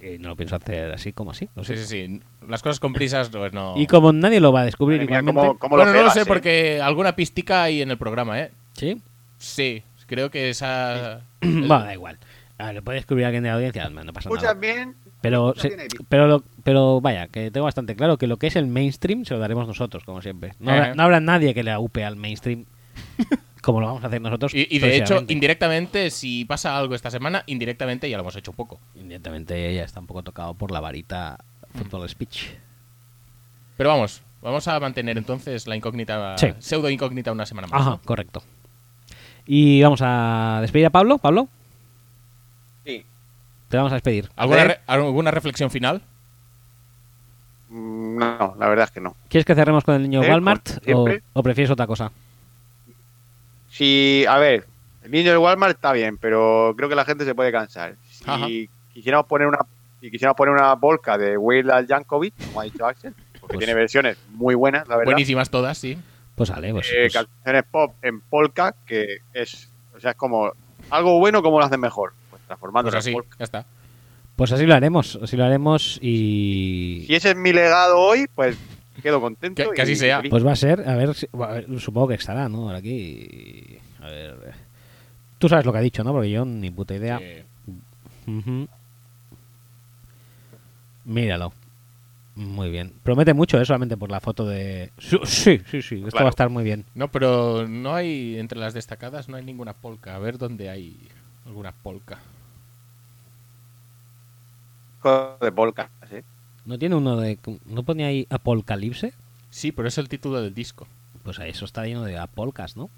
Eh, no lo pienso hacer así como así. No sé.
Sí, sí, sí. Las cosas con prisas, pues no.
Y como nadie lo va a descubrir
Madre mía,
igualmente.
¿cómo, cómo
bueno,
lo
no lo
pegas,
sé
eh?
porque alguna pistica hay en el programa, ¿eh? *clears throat*
Sí.
Sí, creo que esa.
bueno, da igual. A ver, lo puede descubrir alguien de la audiencia, no pasa nada.
Escuchas bien.
Pero,
Escucha
se-
bien ahí.
pero, lo- pero vaya, que tengo bastante claro que lo que es el mainstream se lo daremos nosotros, como siempre. No, habrá,
Ajá.
no habrá nadie que le aupe al mainstream *laughs* como lo vamos a hacer nosotros.
Y, y de hecho,
próximamente.
indirectamente, si pasa algo esta semana, indirectamente ya lo hemos hecho un poco.
Indirectamente ella está un poco tocado por la varita Football Speech.
Pero vamos, vamos a mantener entonces la incógnita,
Sí.
pseudo incógnita una semana más.
Ajá,
¿no?
correcto. Y vamos a despedir a Pablo. Pablo,
Sí.
te vamos a despedir.
¿Alguna,
A
re- ¿Alguna reflexión final?
Mm, No, la verdad es que no.
¿Quieres que cerremos con el niño
Eh, como
Walmart o,
siempre.
o prefieres otra cosa?
Si, a ver, el niño del Walmart está bien, pero creo que la gente se puede cansar. Si
Ajá.
quisiéramos poner una si quisiéramos poner una volca de Will al Jankovic, como ha dicho Axel, porque
Pues-
tiene versiones muy buenas, la verdad.
Buenísimas todas, sí.
Pues vale, pues,
Eh,
pues-
canciones pop en polka, que es, o sea, es como algo bueno como lo hacen mejor, pues transformándolo
Pues así,
en polka.
ya está.
pues así lo haremos, así lo haremos y...
Si ese es mi legado hoy, pues quedo contento.
*laughs* Que-
y
que así sea.
feliz.
Pues va a ser, a ver, si- a ver, supongo que estará, ¿no? Ahora aquí. A ver. eh. Tú sabes lo que ha dicho, ¿no? Porque yo ni puta idea.
Eh,
Ujú. Míralo. Muy bien. Promete mucho, ¿eh? Solamente por la foto de. Sí, sí, sí. sí, Esto
Claro.
va a estar muy bien.
no, pero no hay, entre las destacadas, no hay ninguna polca. A ver dónde hay alguna polca.
Disco de polka, ¿sí?
¿No tiene uno de. ¿No ponía ahí Apocalipse?
Sí, pero es el título del disco.
Pues ahí eso está lleno de apolcas, ¿no?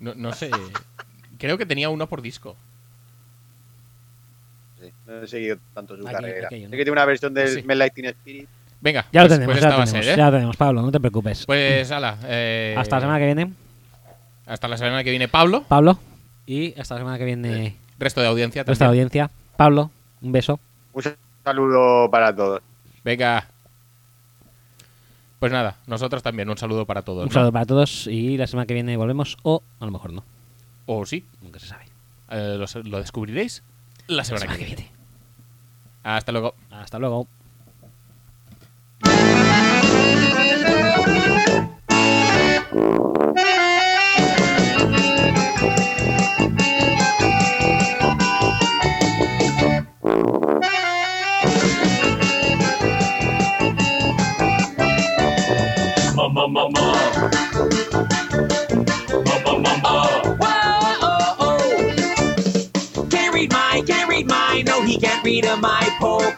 No, no sé. Creo que tenía uno por disco.
Sí, No he seguido tanto su
Aquí,
carrera.
aquí hay uno.
Sé que tiene una versión del
Sí.
Smell Lightning Spirit.
Venga,
Ya lo
pues-
tenemos,
pues
ya
esta
lo
va a
tenemos.
ser, ¿eh?
Ya lo tenemos, Pablo, no te preocupes.
Pues ala, eh,
hasta la semana que viene,
hasta la semana que viene Pablo,
Pablo. Y hasta la semana que viene,
resto de audiencia
nuestra
eh, también.
audiencia. Pablo, un beso.
Un saludo para todos.
Venga. Pues nada, nosotros también, un saludo para todos.
Un
¿no?
saludo para todos y la semana que viene volvemos o a lo mejor no,
O sí,
nunca se sabe.
eh, lo, se- lo descubriréis la
La
semana, que viene. Hasta luego.
Hasta luego.
Mamá, mamá. oh,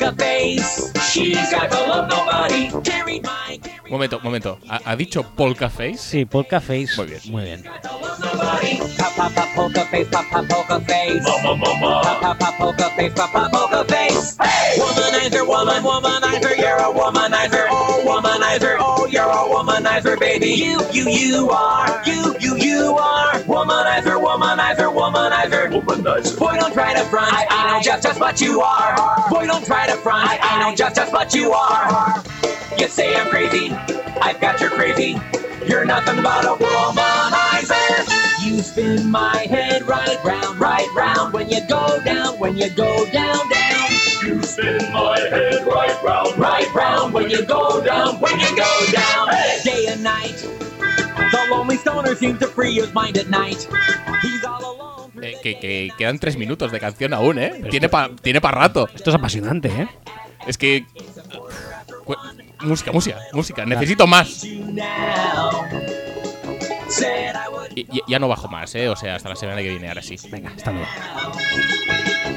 Momento, momento. ¿Ha, ha dicho Polka Face?
Sí, Polka Face.
Muy bien.
Muy bien.
Oh, You say I'm crazy. I've got your crazy. You're nothing but a womanizer. You spin my head right round, right round. When you go down, when you go down, down. You spin my head right round, right round. When you go down, when you go down. Day and night. The lonely stoner seems to free his mind at night. He's all alone.
Eh, que, que quedan tres minutos de canción aún, ¿eh? Tiene para tiene pa rato.
Esto es apasionante, ¿eh?
Es que. cu- Música, música, música. Necesito más.
You now. Said I would.
Y- y- ya no bajo más, ¿eh? O sea, hasta la semana que viene, ahora sí.
Venga, hasta luego.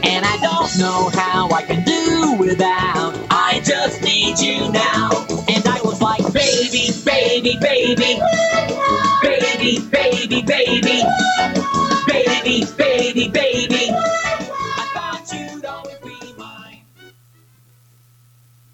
And I don't know how I can do without. I just need you now. And I was like, baby, baby, baby. Baby, baby, baby. Baby, baby, baby.